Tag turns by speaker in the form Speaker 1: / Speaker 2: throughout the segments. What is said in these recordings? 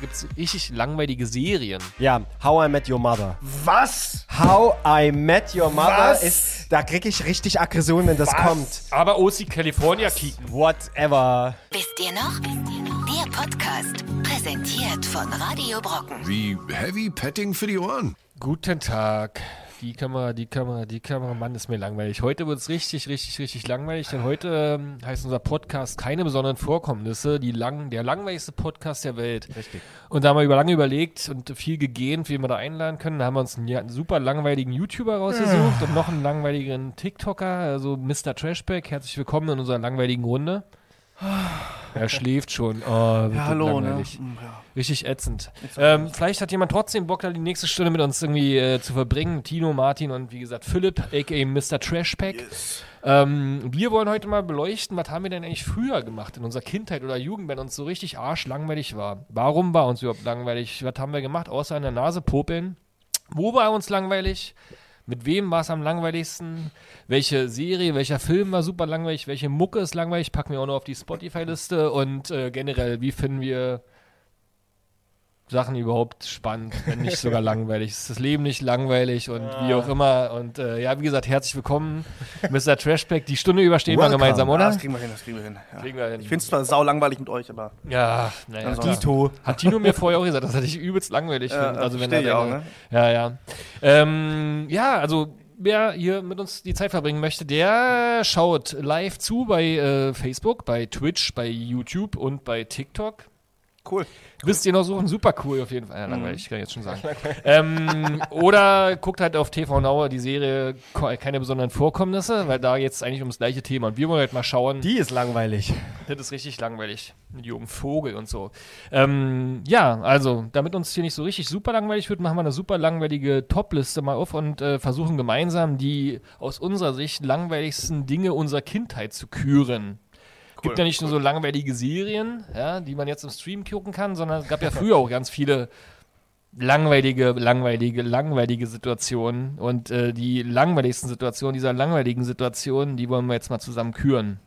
Speaker 1: gibt's richtig langweilige Serien.
Speaker 2: Ja, How I Met Your Mother.
Speaker 3: Was?
Speaker 2: How I Met Your Mother
Speaker 3: Was?
Speaker 2: ist. Da kriege ich richtig Aggression, wenn das
Speaker 3: Was?
Speaker 2: kommt.
Speaker 1: Aber OC California kicken.
Speaker 2: Whatever.
Speaker 4: Wisst ihr noch? Der Podcast, präsentiert von Radio Brocken.
Speaker 5: Wie heavy petting für die Ohren.
Speaker 1: Guten Tag. Die Kamera, die Kamera, die Kamera. Mann, ist mir langweilig. Heute wird es richtig, richtig, richtig langweilig, denn heute ähm, heißt unser Podcast keine besonderen Vorkommnisse. Die lang, der langweiligste Podcast der Welt. Richtig. Und da haben wir über lange überlegt und viel gegähnt, wen wir da einladen können. Da haben wir uns einen, ja, einen super langweiligen YouTuber rausgesucht und noch einen langweiligen TikToker, also Mr. Trashback. Herzlich willkommen in unserer langweiligen Runde. Er schläft schon. Oh,
Speaker 3: Ja, hallo, ne?
Speaker 1: langweilig.
Speaker 3: Mm, Ja.
Speaker 1: Richtig ätzend. Ähm, vielleicht hat jemand trotzdem Bock, da die nächste Stunde mit uns irgendwie äh, zu verbringen. Tino, Martin und wie gesagt Philipp, a.k.a. Mr. Trashpack. Ähm, wir wollen heute mal beleuchten, was haben wir denn eigentlich früher gemacht in unserer Kindheit oder Jugend, wenn uns so richtig arschlangweilig war. Warum war uns überhaupt langweilig? Was haben wir gemacht, außer an der Nase popeln? Wo war uns langweilig? Mit wem war es am langweiligsten? Welche Serie, welcher Film war super langweilig? Welche Mucke ist langweilig? Packen wir auch noch auf die Spotify-Liste. Und äh, generell, wie finden wir Sachen überhaupt spannend, wenn nicht sogar langweilig? Ist das Leben nicht langweilig und wie auch immer? Und äh, ja, wie gesagt, herzlich willkommen, Mr. Trashback. Die Stunde überstehen wir
Speaker 5: Welcome.
Speaker 1: gemeinsam,
Speaker 3: Ah,
Speaker 1: oder?
Speaker 3: das kriegen wir hin, das kriegen wir hin. Ja.
Speaker 1: Kriegen wir hin.
Speaker 3: Ich find's zwar sau langweilig mit euch, aber.
Speaker 1: Ja, naja.
Speaker 3: Also,
Speaker 2: Dito.
Speaker 1: Hat Tino mir vorher auch gesagt, dass er dich übelst langweilig
Speaker 3: Ja,
Speaker 1: findet. Also wenn er
Speaker 3: versteh ich auch,
Speaker 1: deine-
Speaker 3: ne?
Speaker 1: Ja, ja. Ähm, ja, also wer hier mit uns die Zeit verbringen möchte, der schaut live zu bei äh, Facebook, bei Twitch, bei YouTube und bei TikTok.
Speaker 3: Cool. Mhm.
Speaker 1: Wisst ihr noch suchen? Super cool auf jeden Fall. Ja, langweilig, kann ich jetzt schon sagen. ähm, oder guckt halt auf TV Now die Serie Ko- Keine besonderen Vorkommnisse, weil da geht es eigentlich ums gleiche Thema. Und wir wollen halt mal schauen.
Speaker 2: Die ist langweilig.
Speaker 1: Das ist richtig langweilig. Mit jungen Vogel und so. Ähm, ja, also, damit uns hier nicht so richtig super langweilig wird, machen wir eine super langweilige Top-Liste mal auf und äh, versuchen gemeinsam die aus unserer Sicht langweiligsten Dinge unserer Kindheit zu küren. gibt ja nicht nur so langweilige Serien, ja, die man jetzt im Stream gucken kann, sondern es gab ja früher auch ganz viele langweilige, langweilige, langweilige Situationen. Und äh, die langweiligsten Situationen dieser langweiligen Situationen, die wollen wir jetzt mal zusammen küren.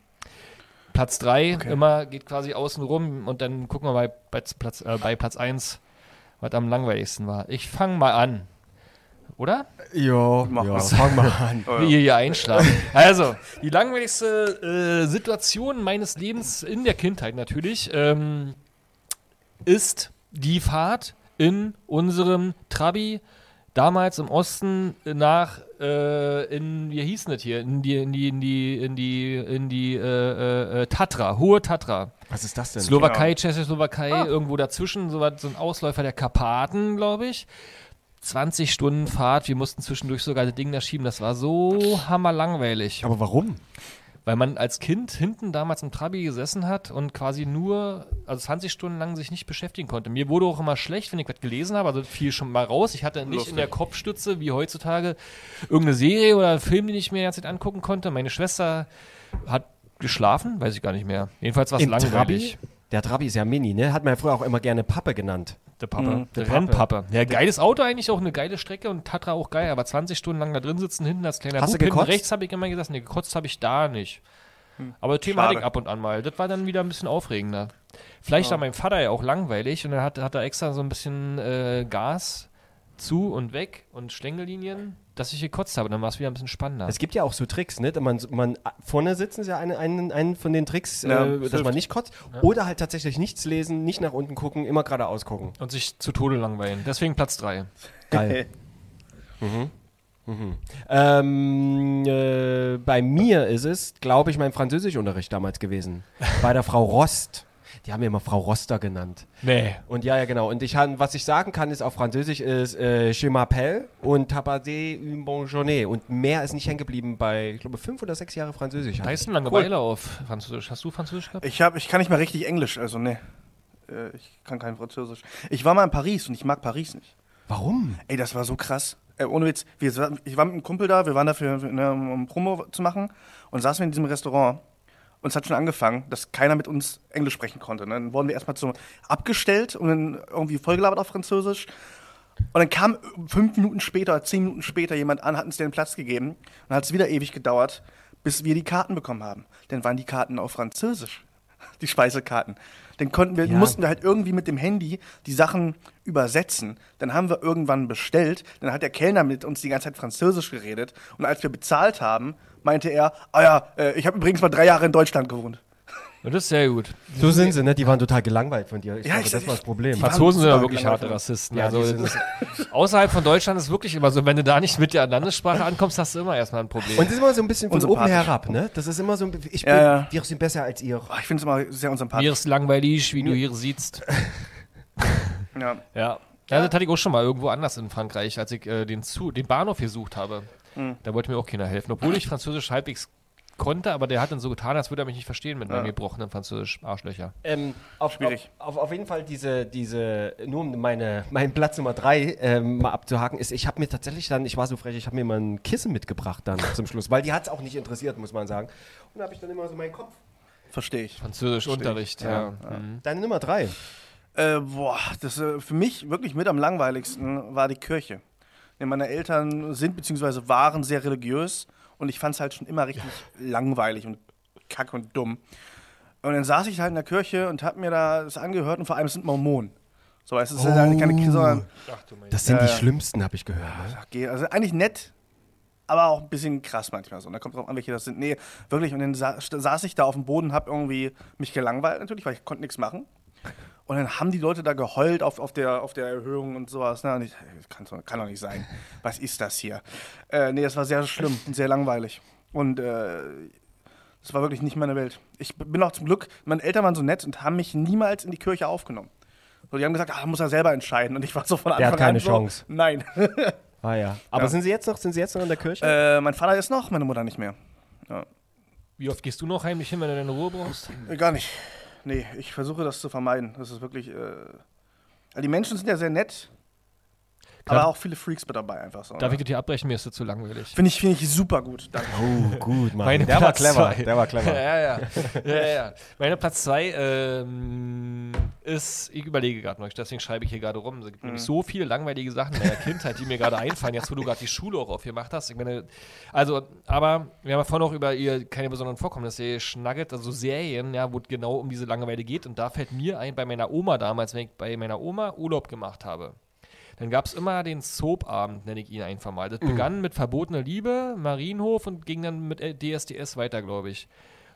Speaker 1: Platz 3 immer geht quasi außen rum und dann gucken wir bei, bei Platz 1, äh, bei Platz eins, was am langweiligsten war. Ich fange mal an. Oder?
Speaker 2: Jo,
Speaker 3: Mach
Speaker 2: jo.
Speaker 3: was.
Speaker 2: fang mal an.
Speaker 3: Oh,
Speaker 1: Wie
Speaker 3: ja.
Speaker 1: ihr hier einschlagen. Also, die langweiligste äh, Situation meines Lebens in der Kindheit natürlich ähm, ist die Fahrt in unserem Trabi damals im Osten nach äh, in wie hieß denn das hier in die in die in die in die in die äh, äh, Tatra hohe Tatra
Speaker 2: Was ist das denn?
Speaker 1: Slowakei, Tschechoslowakei, irgendwo dazwischen, so, was- so ein Ausläufer der Karpaten, glaube ich. 20 Stunden Fahrt, wir mussten zwischendurch sogar das Ding da schieben, das war so hammerlangweilig.
Speaker 2: Aber warum?
Speaker 1: Weil man als Kind hinten damals im Trabi gesessen hat und quasi nur, also 20 Stunden lang sich nicht beschäftigen konnte. Mir wurde auch immer schlecht, wenn ich was gelesen habe, also das fiel schon mal raus. Ich hatte nicht in der Kopfstütze, wie heutzutage, irgendeine Serie oder einen Film, den ich mir die ganze Zeit angucken konnte. Meine Schwester hat geschlafen, weiß ich gar nicht mehr. Jedenfalls war es langweilig.
Speaker 2: Trabi? Der Trabi ist ja Mini, ne? Hat man ja früher auch immer gerne Pappe genannt.
Speaker 1: Der Pappe.
Speaker 2: Mhm, der
Speaker 1: der
Speaker 2: Pappe.
Speaker 1: Rennpappe. Ja, geiles Auto eigentlich, auch eine geile Strecke und Tatra auch geil, aber 20 Stunden lang da drin sitzen, hinten als kleiner
Speaker 2: Hast du
Speaker 1: Bub, hinten
Speaker 2: gekotzt?
Speaker 1: rechts habe ich immer gesagt, nee, gekotzt habe ich da nicht. Aber Thema hatte ich
Speaker 3: schade.
Speaker 1: ab und an mal. Das war dann wieder ein bisschen aufregender. Vielleicht war mein Vater ja auch langweilig und er hat, hat er extra so ein bisschen äh, Gas zu und weg und Schlängellinien, dass ich gekotzt habe. Dann war es wieder ein bisschen spannender.
Speaker 2: Es gibt ja auch so Tricks, ne? Dass Man, man, vorne sitzen ist ja ein, ein, ein von den Tricks,
Speaker 3: Ja,
Speaker 2: äh, dass
Speaker 3: stimmt.
Speaker 2: man nicht kotzt. Oder halt tatsächlich nichts lesen, nicht nach unten gucken, immer geradeaus gucken.
Speaker 1: und sich zu Tode langweilen. Deswegen Platz 3.
Speaker 2: Geil. Ähm, äh, bei mir ist es, glaube ich, mein Französischunterricht damals gewesen. Bei der Frau Rost. Die haben mir immer Frau Roster genannt.
Speaker 1: Nee.
Speaker 2: Und ja, ja, genau. Und ich han- was ich sagen kann, ist auf Französisch ist äh, Je m'appelle und Tapasé une bonne journée. Und mehr ist nicht hängen geblieben bei, ich glaube, fünf oder sechs Jahre Französisch.
Speaker 1: Da
Speaker 2: hatte ich.
Speaker 1: ist eine Langeweile auf Französisch. Hast du Französisch gehabt?
Speaker 3: Ich, hab, ich kann nicht mal richtig Englisch, also nee. Äh, Ich kann kein Französisch. Ich war mal in Paris und ich mag Paris nicht.
Speaker 2: Warum?
Speaker 3: Ey, das war so krass. Äh, ohne Witz. Wir, sa- ich war mit einem Kumpel da, wir waren dafür, ne, um um Promo zu machen und saßen in diesem Restaurant. Und es hat schon angefangen, dass keiner mit uns Englisch sprechen konnte. Ne? Dann wurden wir erstmal so abgestellt und dann irgendwie vollgelabert auf Französisch. Und dann kam fünf Minuten später, oder zehn Minuten später jemand an, hat uns den Platz gegeben. Und dann hat es wieder ewig gedauert, bis wir die Karten bekommen haben. Dann waren die Karten auf Französisch. die Speisekarten. Dann konnten wir,
Speaker 2: Ja.
Speaker 3: mussten wir halt irgendwie mit dem Handy die Sachen übersetzen. Dann haben wir irgendwann bestellt. Dann hat der Kellner mit uns die ganze Zeit Französisch geredet. Und als wir bezahlt haben, meinte er, ah ja, äh, ich habe übrigens mal drei Jahre in Deutschland gewohnt.
Speaker 1: Das ist sehr gut.
Speaker 2: So sind sie, ne? Die waren total gelangweilt von dir. Ich
Speaker 3: Ja,
Speaker 2: glaube,
Speaker 3: ich-
Speaker 2: das war das
Speaker 3: ich-
Speaker 2: Problem.
Speaker 3: die waren-
Speaker 1: Franzosen sind
Speaker 3: super
Speaker 1: ja wirklich
Speaker 3: gelangweilt.
Speaker 1: harte Rassisten.
Speaker 2: Ja,
Speaker 1: also,
Speaker 2: die sind-
Speaker 1: das ist, außerhalb von Deutschland ist wirklich immer so, wenn du da nicht mit der Landessprache ankommst, hast du immer erstmal ein Problem.
Speaker 2: Und es ist immer so ein bisschen von oben
Speaker 3: Unsympathisch.
Speaker 2: herab, ne? Das ist immer so ein ich bin,
Speaker 3: Ja, ja.
Speaker 2: wir sind besser als ihr.
Speaker 3: Oh, ich finde es immer sehr
Speaker 1: mir
Speaker 3: unsympathisch.
Speaker 1: ist langweilig, wie du hier siehst.
Speaker 3: Ja.
Speaker 1: Ja. Ja, das hatte ich auch schon mal irgendwo anders in Frankreich, als ich äh, den, Zu den Bahnhof gesucht habe.
Speaker 2: Mhm.
Speaker 1: Da wollte mir auch keiner helfen, obwohl ich Französisch halbwegs konnte, aber der hat dann so getan, als würde er mich nicht verstehen mit meinem gebrochenen Französisch. Arschlöcher.
Speaker 2: Ähm, auf,
Speaker 3: Schwierig.
Speaker 2: Auf, auf, auf jeden Fall diese, diese nur um meine, meinen Platz Nummer drei ähm, mal abzuhaken, ist, ich habe mir tatsächlich dann, ich war so frech, ich habe mir mal ein Kissen mitgebracht dann zum Schluss, weil die hat es auch nicht interessiert, muss man sagen. Und da habe ich dann immer so meinen Kopf.
Speaker 3: Verstehe ich.
Speaker 1: Französischunterricht, ja. Mhm.
Speaker 2: Deine Nummer drei.
Speaker 3: Äh, boah, das äh, für mich wirklich mit am langweiligsten war die Kirche. Denn meine Eltern sind bzw. waren sehr religiös und ich fand es halt schon immer richtig langweilig und kack und dumm. Und dann saß ich halt in der Kirche und hab mir da das angehört und vor allem es sind Mormonen. So, es ist ja keine Kirche, sondern
Speaker 2: Das sind die schlimmsten, habe ich gehört. Ne?
Speaker 3: Geht. Also eigentlich nett, aber auch ein bisschen krass manchmal so. Und da kommt drauf an, welche das sind. Nee, wirklich. Und dann sa st- saß ich da auf dem Boden, hab irgendwie mich gelangweilt natürlich, weil ich konnte nichts machen. Und dann haben die Leute da geheult auf, auf, der, auf der Erhöhung und sowas. Na, und ich, das kann, doch- kann doch nicht sein. Was ist das hier? Äh, nee, das war sehr schlimm und sehr langweilig. Und äh, das war wirklich nicht meine Welt. Ich bin auch zum Glück, meine Eltern waren so nett und haben mich niemals in die Kirche aufgenommen. So, die haben gesagt, ah, muss er selber entscheiden. Und ich war so von
Speaker 2: Der
Speaker 3: Anfang
Speaker 2: hat keine
Speaker 3: an so,
Speaker 2: Chance.
Speaker 3: Nein.
Speaker 2: Ah ja. Aber sind sie jetzt noch, sind sie jetzt noch in der Kirche?
Speaker 3: Äh, mein Vater ist noch, meine Mutter nicht mehr.
Speaker 1: Wie oft gehst du noch heimlich hin, wenn du deine Ruhe brauchst?
Speaker 3: Äh, Gar nicht. Nee, ich versuche das zu vermeiden. Das ist wirklich. Äh, also die Menschen sind ja sehr nett,
Speaker 1: Darf-
Speaker 3: aber auch viele Freaks mit dabei einfach so.
Speaker 1: Darf
Speaker 3: ne?
Speaker 1: ich das hier abbrechen? Mir ist das zu langweilig.
Speaker 3: Finde ich, finde ich super gut. Danke.
Speaker 2: oh, gut, Mann.
Speaker 1: Meine
Speaker 2: Der war
Speaker 1: Platz
Speaker 2: clever,
Speaker 1: zwei.
Speaker 2: der war clever.
Speaker 1: Ja, ja, ja, ja, ja. Meine Platz 2 ähm, ist, ich überlege gerade noch, deswegen schreibe ich hier gerade rum. Es gibt nämlich so viele langweilige Sachen in meiner Kindheit, die mir gerade einfallen, jetzt wo du gerade die Schule auch aufgemacht hast. Ich meine, also, aber wir haben ja vorhin auch über ihr keine besonderen Vorkommnisse schnagget, also Serien, ja, wo es genau um diese Langeweile geht. Und da fällt mir ein, bei meiner Oma damals, wenn ich bei meiner Oma Urlaub gemacht habe. Dann gab es immer den Soap-Abend, nenne ich ihn einfach mal. Das
Speaker 2: Mhm.
Speaker 1: begann mit Verbotene Liebe, Marienhof und ging dann mit äh, DSDS weiter, glaube ich.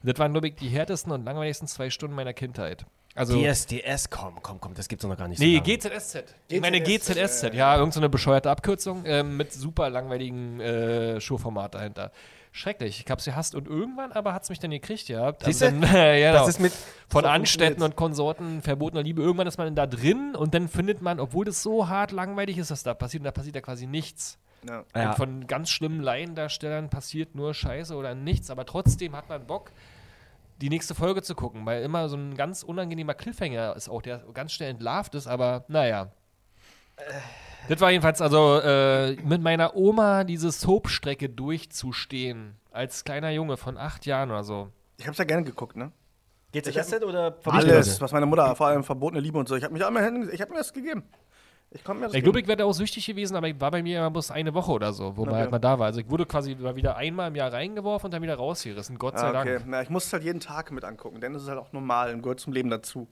Speaker 1: Und das waren, glaube ich, die härtesten und langweiligsten zwei Stunden meiner Kindheit. Also,
Speaker 2: DSDS, komm, komm, komm, das gibt's doch noch gar nicht
Speaker 1: nee,
Speaker 2: so lange.
Speaker 1: GZSZ. Ich meine GZSZ, ja, irgendeine so eine bescheuerte Abkürzung ähm, mit super langweiligen äh, Showformat dahinter. Schrecklich, ich hab's gehasst und irgendwann aber hat's mich dann gekriegt gehabt.
Speaker 2: Siehste?
Speaker 1: dann, ja,
Speaker 2: Das
Speaker 1: genau.
Speaker 2: ist mit-
Speaker 1: von
Speaker 2: so
Speaker 1: Anstädten
Speaker 2: funktioniert's.
Speaker 1: und Konsorten verbotener Liebe. Irgendwann ist man da drin und dann findet man, obwohl das so hart langweilig ist, was da passiert, und da passiert ja quasi nichts.
Speaker 3: Ja.
Speaker 2: Ja.
Speaker 1: Und von ganz schlimmen Laiendarstellern passiert nur Scheiße oder nichts, aber trotzdem hat man Bock, die nächste Folge zu gucken, weil immer so ein ganz unangenehmer Cliffhanger ist auch, der ganz schnell entlarvt ist, aber naja. Das war jedenfalls also äh, mit meiner Oma diese Soapstrecke durchzustehen, als kleiner Junge von acht Jahren oder so.
Speaker 3: Ich hab's ja gerne geguckt, ne?
Speaker 2: GZSZ oder
Speaker 3: Alles, was meine Mutter, vor allem verbotene Liebe und so. Ich hab, mich auch immer hin, ich hab mir das gegeben. Ich konnte mir das
Speaker 1: Ich glaube, ich wäre da auch süchtig gewesen, aber ich war bei mir immer bloß eine Woche oder so, wo man halt mal da war. Also ich wurde quasi mal wieder einmal im Jahr reingeworfen und dann wieder rausgerissen, Gott sei
Speaker 3: Ah, okay.
Speaker 1: Dank.
Speaker 3: Na, ich muss es halt jeden Tag mit angucken, denn es ist halt auch normal und gehört zum Leben dazu.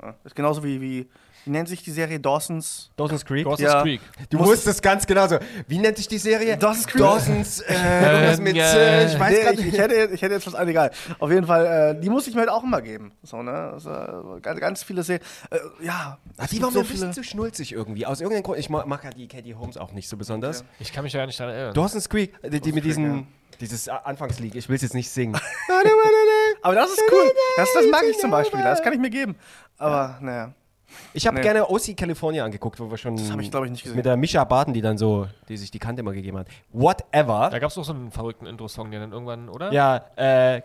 Speaker 3: Ja. Ist genauso wie, wie, wie nennt sich die Serie Dawson's?
Speaker 2: Dawson's Creek.
Speaker 1: Dawson's
Speaker 3: Ja.
Speaker 1: Creek.
Speaker 2: Du
Speaker 3: Muss-
Speaker 2: wusstest ganz genau so. Wie nennt sich die Serie?
Speaker 3: Dawson's Creek.
Speaker 2: Dawson's, äh, irgendwas mit, äh, ich weiß
Speaker 3: Nee,
Speaker 2: grad
Speaker 3: ich,
Speaker 2: nicht.
Speaker 3: ich, hätte, jetzt- ich hätte jetzt was an, egal. Auf jeden Fall, äh, die muss ich mir halt auch immer geben. So, ne? Also, äh, ganz, ganz viele Serien. Äh, ja.
Speaker 2: Ach,
Speaker 3: es
Speaker 2: Ah, die
Speaker 3: gibt
Speaker 2: war mir
Speaker 3: so
Speaker 2: ein bisschen
Speaker 3: viele-
Speaker 2: zu schnulzig irgendwie. Aus irgendeinem Grund. Ich ma- mag ja die Katie Holmes auch nicht so besonders.
Speaker 1: Ich kann mich ja gar nicht daran erinnern.
Speaker 2: Dawson's Creek, äh, die, die mit diesem, dieses A- Anfangslied. Ich will es jetzt nicht singen.
Speaker 3: Aber das ist cool. Das, das mag ich zum Beispiel. Das kann ich mir geben. Aber naja.
Speaker 2: Ich habe
Speaker 3: Nee.
Speaker 2: gerne OC California angeguckt, wo wir schon. Das
Speaker 3: hab ich, glaub ich, nicht gesehen.
Speaker 2: Mit der Misha Barton, die dann so, die sich die Kante immer gegeben hat. Whatever.
Speaker 1: Da gab es auch so einen verrückten Intro-Song, der dann irgendwann, oder?
Speaker 2: Ja, äh,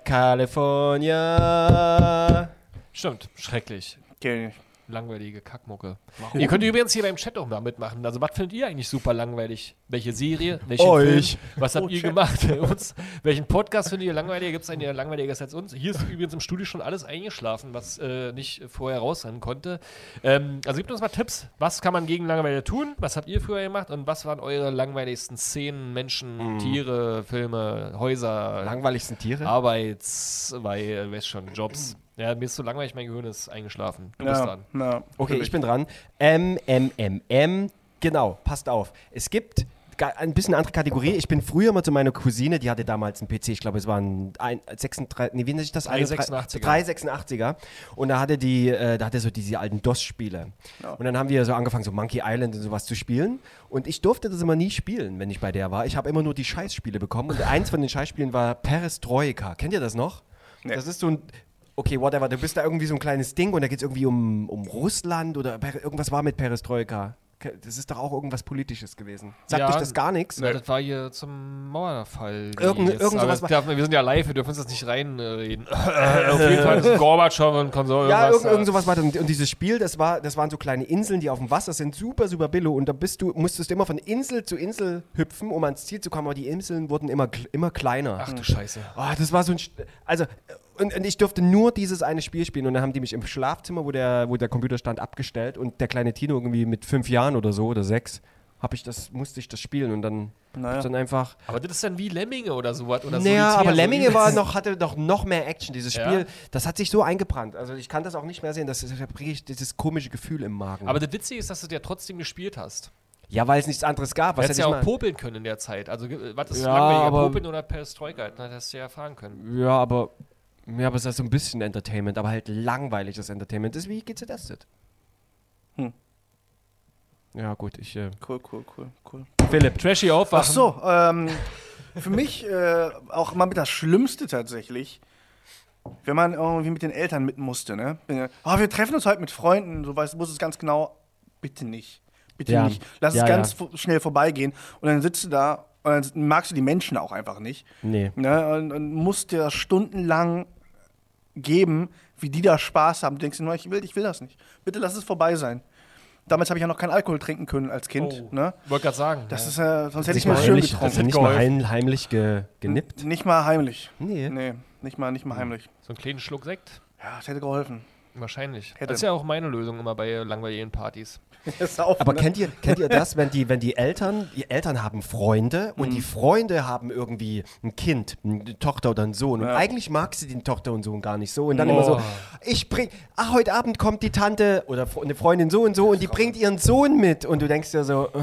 Speaker 2: California.
Speaker 1: Stimmt, schrecklich.
Speaker 3: Okay.
Speaker 1: Langweilige Kackmucke. Ihr könnt übrigens hier beim Chat auch mal mitmachen. Also, was findet ihr eigentlich super langweilig? Welche Serie? Welchen
Speaker 2: Euch.
Speaker 1: Film? Was habt ihr gemacht? uns? Welchen Podcast findet ihr langweiliger? Gibt es einen, der langweiliger ist als uns? Hier ist übrigens im Studio schon alles eingeschlafen, was äh, nicht vorher rausrennen konnte. Ähm, also, gebt uns mal Tipps. Was kann man gegen Langeweile tun? Was habt ihr früher gemacht? Und was waren eure langweiligsten Szenen, Menschen, Tiere, Filme, Häuser, Ah,
Speaker 2: Langweiligsten Tiere.
Speaker 1: Arbeits, weil, äh, weißt schon, Jobs. Ja, mir ist so langweilig, mein Gehirn ist eingeschlafen. Du bist
Speaker 3: Ja,
Speaker 1: dran.
Speaker 3: ja.
Speaker 2: Okay, ich bin dran. M, M, M, M. Genau, passt auf. Es gibt ga- ein bisschen eine andere Kategorie. Ich bin früher mal zu meiner Cousine, die hatte damals einen PC, ich glaube, es waren ein, 36, nee, wie nennt sich das?
Speaker 1: 386er.
Speaker 2: 386er. Und da hatte die, äh, da hatte so diese alten DOS-Spiele. Und dann haben wir so angefangen, so Monkey Island und sowas zu spielen. Und ich durfte das immer nie spielen, wenn ich bei der war. Ich habe immer nur die Scheißspiele bekommen. Und eins von den Scheißspielen war Perestroika. Kennt ihr das noch?
Speaker 3: Nee.
Speaker 2: Das ist so ein. Okay, whatever. Du bist da irgendwie so ein kleines Ding und da geht es irgendwie um, um Russland oder Per- irgendwas war mit Perestroika. Ke- Das ist doch auch irgendwas Politisches gewesen. Sagt
Speaker 1: Ja,
Speaker 2: euch das gar nichts?
Speaker 1: Na, das war hier zum Mauerfall. die
Speaker 2: Irgend-
Speaker 1: jetzt-
Speaker 2: irgend
Speaker 1: aber
Speaker 2: sowas
Speaker 1: das darf, wir sind ja live, wir dürfen uns das nicht reinreden. Auf jeden Fall ist Gorbatschow und Konsol.
Speaker 2: Ja,
Speaker 1: irgendwas,
Speaker 2: irgend,
Speaker 1: äh,
Speaker 2: irgend sowas war das. Und und dieses Spiel, das, war, das waren so kleine Inseln, die auf dem Wasser sind, super, super billo. Und da bist du, musstest du immer von Insel zu Insel hüpfen, um ans Ziel zu kommen. Aber die Inseln wurden immer, kl- immer kleiner.
Speaker 1: Ach du Scheiße.
Speaker 2: Ah, das war so ein. Sch- Also, äh, und, und ich durfte nur dieses eine Spiel spielen. Und dann haben die mich im Schlafzimmer, wo der, wo der Computer stand, abgestellt. Und der kleine Tino irgendwie mit fünf Jahren oder so oder sechs, hab ich das, musste ich das spielen. Und dann,
Speaker 3: Naja.
Speaker 2: hab dann einfach.
Speaker 1: Aber das ist dann wie Lemminge oder sowas. Oder
Speaker 2: naja,
Speaker 1: Solitär,
Speaker 2: aber
Speaker 1: so
Speaker 2: Lemminge
Speaker 1: übelst.
Speaker 2: war noch, hatte doch noch mehr Action. Dieses
Speaker 1: Ja.
Speaker 2: Spiel, das hat sich so eingebrannt. Also, ich kann das auch nicht mehr sehen. Das ist da krieg ich dieses komische Gefühl im Magen.
Speaker 1: Aber das Witzige ist, dass du ja trotzdem gespielt hast.
Speaker 2: ja, weil es nichts anderes gab. Was
Speaker 1: hättest
Speaker 2: hätte
Speaker 1: ja
Speaker 2: ich
Speaker 1: auch
Speaker 2: mal-
Speaker 1: popeln können in der Zeit. Also, äh, was ist
Speaker 2: Ja,
Speaker 1: langweiliger,
Speaker 2: aber-
Speaker 1: popeln oder Perestroika? Das hättest du ja erfahren können.
Speaker 2: Ja, aber. Ja, aber es ist so ein bisschen Entertainment, aber halt langweiliges Entertainment. Das ist wie GZ Acid.
Speaker 3: Hm.
Speaker 2: Ja, gut, ich. Äh,
Speaker 3: Cool, cool, cool, cool.
Speaker 1: Philipp, Trashy aufwachen.
Speaker 3: Ach so, ähm, für mich äh, auch mal mit das Schlimmste tatsächlich, wenn man irgendwie mit den Eltern mit musste, ne? Wenn, äh, Ah, wir treffen uns heute mit Freunden, so weißt du, musst es ganz genau, bitte nicht. Bitte
Speaker 2: Ja.
Speaker 3: nicht. Lass
Speaker 2: Ja,
Speaker 3: es ganz
Speaker 2: ja.
Speaker 3: fu- schnell vorbeigehen und dann sitzt du da und dann s- magst du die Menschen auch einfach nicht.
Speaker 2: nee.
Speaker 3: Ne? Und, und musst dir das stundenlang geben, wie die da Spaß haben. Du denkst dir nur, ich will, ich will das nicht. Bitte lass es vorbei sein. Damals habe ich ja noch keinen Alkohol trinken können als Kind.
Speaker 1: Oh.
Speaker 3: Ne?
Speaker 1: Wollte gerade sagen.
Speaker 3: Das
Speaker 1: ja.
Speaker 3: ist, äh, sonst hätte ich
Speaker 2: Nicht
Speaker 3: mir
Speaker 2: mal
Speaker 3: schön
Speaker 2: heimlich, das
Speaker 3: getrunken.
Speaker 2: nicht mal heim, heimlich ge, genippt.
Speaker 3: Nicht mal heimlich.
Speaker 2: Nee. Hm.
Speaker 3: Nee, nicht mal, nicht mal heimlich.
Speaker 1: so einen kleinen Schluck Sekt.
Speaker 3: Ja, das hätte geholfen.
Speaker 1: Wahrscheinlich.
Speaker 3: Hätte.
Speaker 1: Das ist ja auch meine Lösung immer bei langweiligen Partys.
Speaker 2: Aber
Speaker 3: Ne?
Speaker 2: kennt ihr, kennt ihr das, wenn die, wenn die Eltern, die Eltern haben Freunde und
Speaker 3: Mhm.
Speaker 2: die Freunde haben irgendwie ein Kind, eine Tochter oder einen Sohn. Und eigentlich mag sie den Tochter und Sohn gar nicht so. Und dann immer so,
Speaker 1: Oh.
Speaker 2: ich bring, ach, heute Abend kommt die Tante oder fr- eine Freundin so und so und die bringt ihren Sohn mit. Und du denkst dir so, äh,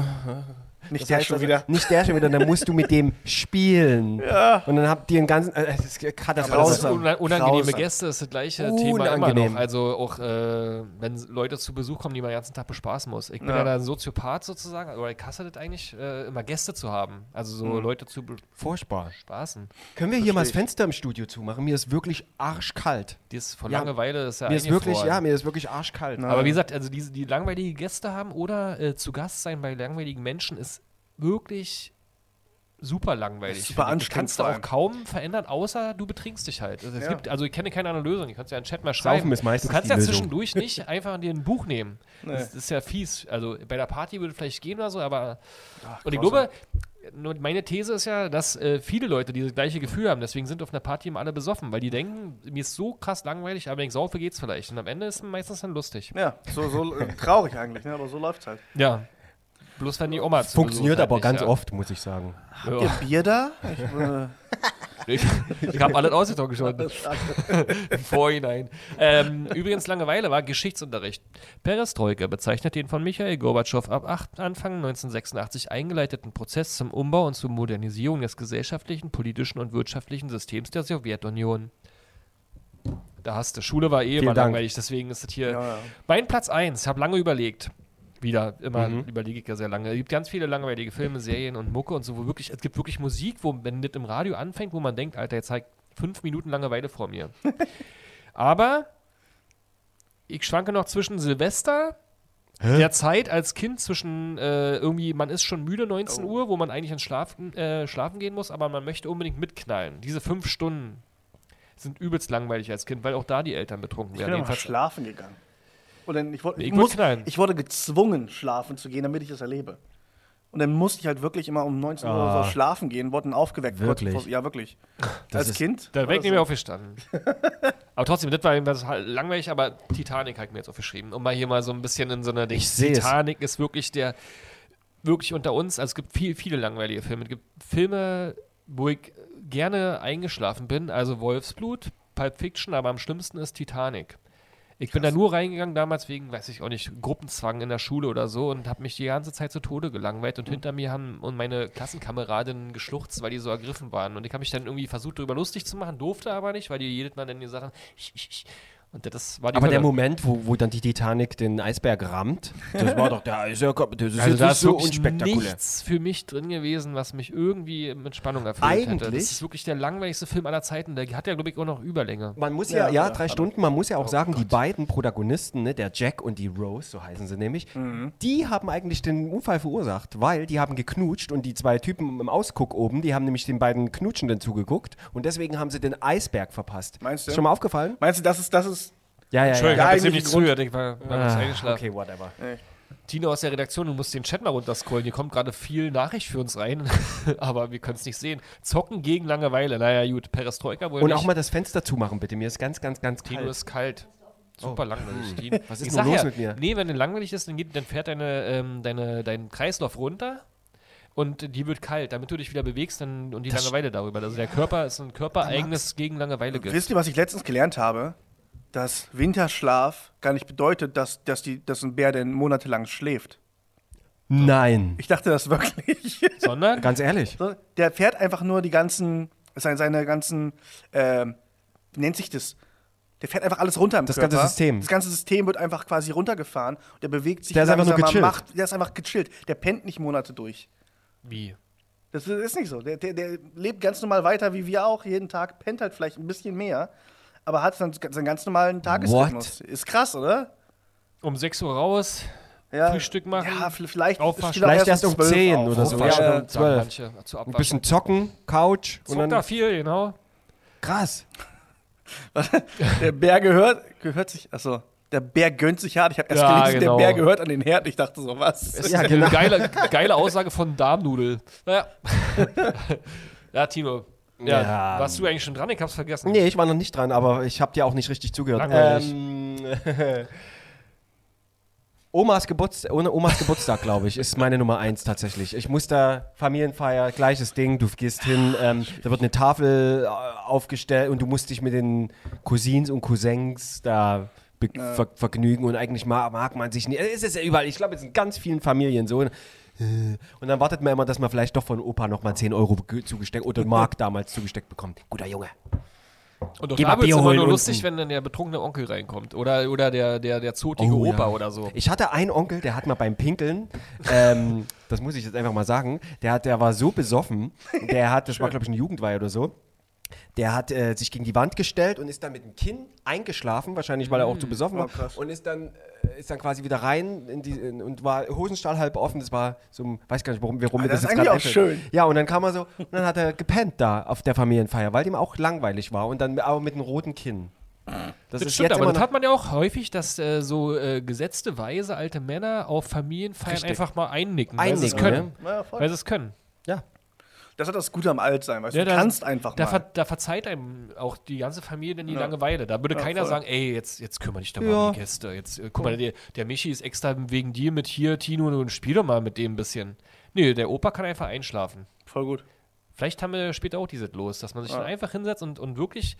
Speaker 3: Nicht
Speaker 2: das
Speaker 3: der
Speaker 2: heißt
Speaker 3: schon
Speaker 2: also,
Speaker 3: wieder.
Speaker 2: Nicht der schon wieder, dann musst du mit dem spielen. Ja. Und dann habt ihr einen ganzen, äh, es ist
Speaker 1: Aber das
Speaker 2: katastrophal.
Speaker 1: ist una- unangenehme
Speaker 3: Grausam.
Speaker 1: Gäste ist das gleiche Thema immer
Speaker 2: Unangenehm.
Speaker 1: noch. Also auch, äh, wenn s- Leute zu Besuch kommen, die man den ganzen Tag bespaßen muss. Ich bin ja,
Speaker 3: Ja.
Speaker 1: da ein Soziopath sozusagen, oder ich hasse das eigentlich, äh, immer Gäste zu haben. Also
Speaker 2: Hm.
Speaker 1: so Leute zu
Speaker 2: Furchtbar.
Speaker 1: bespaßen.
Speaker 2: Können wir hier mal das Fenster im Studio zumachen? Mir ist wirklich arschkalt.
Speaker 1: Die ist von
Speaker 2: Ja.
Speaker 1: Langeweile ist ja
Speaker 2: Mir ist wirklich,
Speaker 1: eingefroren.
Speaker 2: ja, mir ist wirklich arschkalt.
Speaker 1: Aber wie gesagt, also diese, die langweilige Gäste haben oder äh, zu Gast sein bei langweiligen Menschen ist wirklich super langweilig.
Speaker 3: Ist
Speaker 1: finde
Speaker 3: super
Speaker 1: ich. das
Speaker 3: anstrengend
Speaker 1: kannst du
Speaker 3: vor
Speaker 1: auch
Speaker 3: allem.
Speaker 1: kaum verändern, außer du betrinkst dich halt. Also, es
Speaker 3: Ja.
Speaker 1: gibt, also ich kenne keine andere Lösung. Ich kannst ja in den Chat mal schreiben.
Speaker 2: ist meistens
Speaker 1: du kannst
Speaker 2: die
Speaker 1: ja
Speaker 2: Lösung.
Speaker 1: zwischendurch nicht einfach dir ein Buch nehmen. Das ist ja fies. Also bei der Party würde vielleicht gehen oder so, aber. und ich glaube, nur meine These ist ja, dass äh, viele Leute dieses gleiche Gefühl haben. Deswegen sind auf einer Party immer alle besoffen, weil die denken, mir ist so krass langweilig, aber wenn ich saufe, geht's vielleicht. Und am Ende ist es meistens dann lustig.
Speaker 3: Ja, so, so äh, traurig eigentlich, ne? aber so läuft's halt.
Speaker 1: Ja. Bloß wenn die Oma zu
Speaker 2: Funktioniert
Speaker 1: Besuch hat,
Speaker 2: aber
Speaker 1: nicht,
Speaker 2: ganz
Speaker 1: ja.
Speaker 2: oft, muss ich sagen.
Speaker 1: Ja.
Speaker 3: Habt ihr Bier da? Ich, äh,
Speaker 1: Ich, ich habe alles ausgetrunken schon. Im Vorhinein. Ähm, übrigens, Langeweile war Geschichtsunterricht. Perestroika bezeichnet den von Michael Gorbatschow ab 8, Anfang 1986 eingeleiteten Prozess zum Umbau und zur Modernisierung des gesellschaftlichen, politischen und wirtschaftlichen Systems der Sowjetunion. Da hast du. Schule war eh immer
Speaker 2: Dank.
Speaker 1: langweilig, deswegen ist das hier.
Speaker 3: ja, ja.
Speaker 1: Mein Platz 1, ich habe lange überlegt. Wieder, immer überlege ich ja sehr lange. Es gibt ganz viele langweilige Filme, Serien und Mucke und so, wo wirklich, es gibt wirklich Musik, wo, wenn das im Radio anfängt, wo man denkt, Alter, jetzt zeigt fünf Minuten Langeweile vor mir. Aber ich schwanke noch zwischen Silvester, der Zeit als Kind zwischen äh, irgendwie, man ist schon müde
Speaker 3: Oh.
Speaker 1: 19 Uhr, wo man eigentlich ins Schlafen, äh, Schlafen gehen muss, aber man möchte unbedingt mitknallen. Diese fünf Stunden sind übelst langweilig als Kind, weil auch da die Eltern betrunken
Speaker 3: ich bin
Speaker 1: werden.
Speaker 3: immer
Speaker 1: Jedenfalls-
Speaker 3: schlafen gegangen. Und dann, ich, wurde-
Speaker 1: Ich
Speaker 3: ich,
Speaker 1: wurde
Speaker 3: muss,
Speaker 1: knallen.
Speaker 3: ich wurde gezwungen, schlafen zu gehen, damit ich das erlebe. Und dann musste ich halt wirklich immer um 19 Uhr
Speaker 2: Ah.
Speaker 3: so schlafen gehen, wurden aufgeweckt. kurz
Speaker 2: Wirklich?
Speaker 3: Vor, ja, wirklich. Als
Speaker 2: ist-
Speaker 3: Kind.
Speaker 1: Da
Speaker 3: war
Speaker 1: wäre ich
Speaker 3: das
Speaker 1: nicht
Speaker 3: so.
Speaker 1: mehr aufgestanden. aber trotzdem, das war das war langweilig, aber Titanic habe ich mir jetzt aufgeschrieben, um mal hier mal so ein bisschen in so einer Ding.
Speaker 2: Ich seh's.
Speaker 1: Titanic ist wirklich der, wirklich unter uns, also es gibt viel, viele langweilige Filme. Es gibt Filme, wo ich gerne eingeschlafen bin, also Wolfsblut, Pulp Fiction, aber am schlimmsten ist Titanic. Ich bin da nur reingegangen damals wegen, weiß ich auch nicht, Gruppenzwang in der Schule oder so und habe mich die ganze Zeit zu Tode gelangweilt und hinter mir haben und meine Klassenkameradinnen geschluchzt, weil die so ergriffen waren. Und ich habe mich dann irgendwie versucht, darüber lustig zu machen, durfte aber nicht, weil die jedes Mal dann gesagt haben, ich, ich, ich. Und das war die
Speaker 2: Aber der
Speaker 1: Hölle.
Speaker 2: Moment, wo, wo dann die Titanic den Eisberg rammt, das war doch der Eisberg, das ist
Speaker 1: Also
Speaker 2: jetzt
Speaker 1: da
Speaker 2: nicht
Speaker 1: ist
Speaker 2: so
Speaker 1: wirklich
Speaker 2: unspektakulär.
Speaker 1: nichts für mich drin gewesen, was mich irgendwie mit Spannung erfüllt hätte. Das
Speaker 2: Eigentlich-
Speaker 1: ist wirklich der langweiligste Film aller Zeiten. Der hat ja, glaube ich, auch noch Überlänge.
Speaker 2: Man muss ja, ja,
Speaker 3: Ja, ja,
Speaker 2: drei Stunden, man muss ja auch sagen, die beiden Protagonisten, ne, der Jack und die Rose, so heißen sie nämlich, die haben eigentlich den Unfall verursacht, weil die haben geknutscht und die zwei Typen im Ausguck oben, die haben nämlich den beiden Knutschenden zugeguckt und deswegen haben sie den Eisberg verpasst.
Speaker 3: Meinst du?
Speaker 2: Ist schon mal aufgefallen?
Speaker 3: Meinst du, das ist, das ist.
Speaker 2: Ja, ja,
Speaker 1: Entschuldigung,
Speaker 3: ja.
Speaker 1: ich habe
Speaker 3: Eigentlich
Speaker 1: nicht
Speaker 3: Grund-
Speaker 1: zugehört. Ich war, war kurz eingeschlafen.
Speaker 2: Okay, whatever.
Speaker 1: Tino aus der Redaktion, du musst den Chat mal runterscrollen. Hier kommt gerade viel Nachricht für uns rein, aber wir können es nicht sehen. Zocken gegen Langeweile. Naja, gut, Perestroika wohl
Speaker 2: Und
Speaker 1: nicht.
Speaker 2: auch mal das Fenster zumachen, bitte. Mir ist ganz, ganz, ganz
Speaker 1: Tino
Speaker 2: kalt. Oh. Hm.
Speaker 1: ist kalt. Super langweilig, Tino.
Speaker 2: Was
Speaker 1: Ich
Speaker 2: ist
Speaker 1: sag
Speaker 2: denn los mit mir?
Speaker 1: Nee, wenn er langweilig ist, dann, geht, dann fährt deine, ähm, deine, dein Kreislauf runter und die wird kalt. Damit du dich wieder bewegst dann, und die Langeweile darüber. Also der Körper ist ein körpereigenes gegen Langeweile gibt.
Speaker 3: Wisst ihr, was ich letztens gelernt habe? Dass Winterschlaf gar nicht bedeutet, dass, dass, die, dass ein Bär denn monatelang schläft.
Speaker 2: Nein.
Speaker 3: Ich dachte das wirklich.
Speaker 1: Sondern
Speaker 2: Ganz ehrlich.
Speaker 3: So, der fährt einfach nur die ganzen, seine, seine ganzen, ähm, wie nennt sich das? Der fährt einfach alles runter im
Speaker 2: Das
Speaker 3: Körper.
Speaker 2: ganze System.
Speaker 3: Das ganze System wird einfach quasi runtergefahren. Der bewegt sich
Speaker 2: Der ist einfach nur gechillt.
Speaker 3: macht, der ist einfach gechillt. Der pennt nicht Monate durch.
Speaker 1: wie?
Speaker 3: Das ist- ist nicht so. Der, der, der lebt ganz normal weiter, wie wir auch, jeden Tag, pennt halt vielleicht ein bisschen mehr, aber hat seinen, seinen ganz normalen Tagesrhythmus. Ist krass, oder?
Speaker 1: Um 6 Uhr raus,
Speaker 3: Ja.
Speaker 1: Frühstück machen,
Speaker 3: Ja, vielleicht.
Speaker 1: aufwaschen.
Speaker 3: steht er
Speaker 2: Vielleicht erst um
Speaker 3: 12
Speaker 2: 10
Speaker 3: auf.
Speaker 2: oder so.
Speaker 3: Ja,
Speaker 2: Ja,
Speaker 3: ja.
Speaker 2: um 12.
Speaker 1: manche zu
Speaker 2: Ein
Speaker 1: abwaschen.
Speaker 2: bisschen zocken, Couch und
Speaker 1: Zockt da
Speaker 2: dann.
Speaker 1: viel, genau.
Speaker 2: Krass.
Speaker 3: Der Bär gehört, gehört sich, achso, der Bär gönnt sich hart. Ich habe erst
Speaker 1: Ja,
Speaker 3: gelesen,
Speaker 1: genau.
Speaker 3: der Bär gehört an den Herd. Ich dachte so, was?
Speaker 1: Das
Speaker 2: Ja,
Speaker 1: ist
Speaker 2: genau.
Speaker 1: eine geile, geile Aussage von Darmnudel. Naja. ja, Tino. Ja,
Speaker 2: Ja.
Speaker 1: Warst du eigentlich schon dran? Ich hab's vergessen.
Speaker 2: Nee, ich war noch nicht dran, aber ich habe dir auch nicht richtig zugehört.
Speaker 1: Langweilig.
Speaker 2: Ähm, Omas, Geburtstag, Omas Geburtstag, glaube ich, ist meine Nummer eins tatsächlich. Ich muss da Familienfeier, gleiches Ding, du gehst hin, ähm, da wird eine Tafel äh, aufgestellt und du musst dich mit den Cousins und Cousins da be- ver vergnügen und eigentlich mag, mag man sich nicht. Es ist ja überall, ich glaube, es sind ganz vielen Familien so. äh, Und dann wartet man immer, dass man vielleicht doch von Opa nochmal 10 Euro ge- zugesteckt oder Mark damals zugesteckt bekommt. Guter Junge.
Speaker 1: Und doch
Speaker 2: Geh
Speaker 1: da
Speaker 2: mal
Speaker 1: wird's
Speaker 2: Bier
Speaker 1: immer
Speaker 2: holen
Speaker 1: nur
Speaker 2: unten.
Speaker 1: lustig, wenn dann der betrunkene Onkel reinkommt. Oder, oder der, der, der zotige
Speaker 2: Oh, ja.
Speaker 1: Opa oder so.
Speaker 2: Ich hatte einen Onkel, der hat mal beim Pinkeln, ähm, das muss ich jetzt einfach mal sagen, der, hat, der war so besoffen, der hat, das war glaube ich eine Jugendweihe oder so, der hat äh, sich gegen die Wand gestellt und ist dann mit dem Kinn eingeschlafen, wahrscheinlich weil er
Speaker 1: Mm.
Speaker 2: auch zu besoffen
Speaker 3: Oh,
Speaker 2: war, und ist dann, äh, ist dann quasi wieder rein in die, in, und war Hosenstall halb offen, das war so, ein- weiß gar nicht, warum, warum mir
Speaker 3: Ah, das
Speaker 2: das,
Speaker 3: ist
Speaker 2: jetzt gerade
Speaker 3: eigentlich auch
Speaker 2: einfällt. Ja, und dann kam er so, und dann hat er gepennt da auf der Familienfeier, weil dem auch langweilig war und dann aber mit einem roten Kinn. Das,
Speaker 1: Das stimmt, aber
Speaker 2: immer
Speaker 1: das hat man ja auch häufig, dass äh, so äh, gesetzte Weise alte Männer auf Familienfeiern
Speaker 2: Richtig.
Speaker 1: einfach mal einnicken, weil sie es
Speaker 2: Einnicken,
Speaker 1: können.
Speaker 3: ne? Ja, voll.
Speaker 1: weil sie es können.
Speaker 2: ja.
Speaker 3: Das hat das Gute am Altsein, weißt du?
Speaker 1: Ja,
Speaker 3: Du
Speaker 1: da-
Speaker 3: kannst einfach
Speaker 1: da,
Speaker 3: mal.
Speaker 1: ver, da verzeiht einem auch die ganze Familie denn die Langeweile. Da würde keiner
Speaker 3: voll. Hm.
Speaker 1: sagen, ey, jetzt, jetzt kümmere dich doch mal
Speaker 2: Ja.
Speaker 1: um die Gäste. Jetzt, äh, guck mal, der, der Michi ist extra wegen dir mit hier, Tino, und spiel doch mal mit dem ein bisschen. Nee, der Opa kann einfach einschlafen.
Speaker 3: Voll gut.
Speaker 1: Vielleicht haben wir später auch dieses Los, dass man sich dann einfach hinsetzt und, und wirklich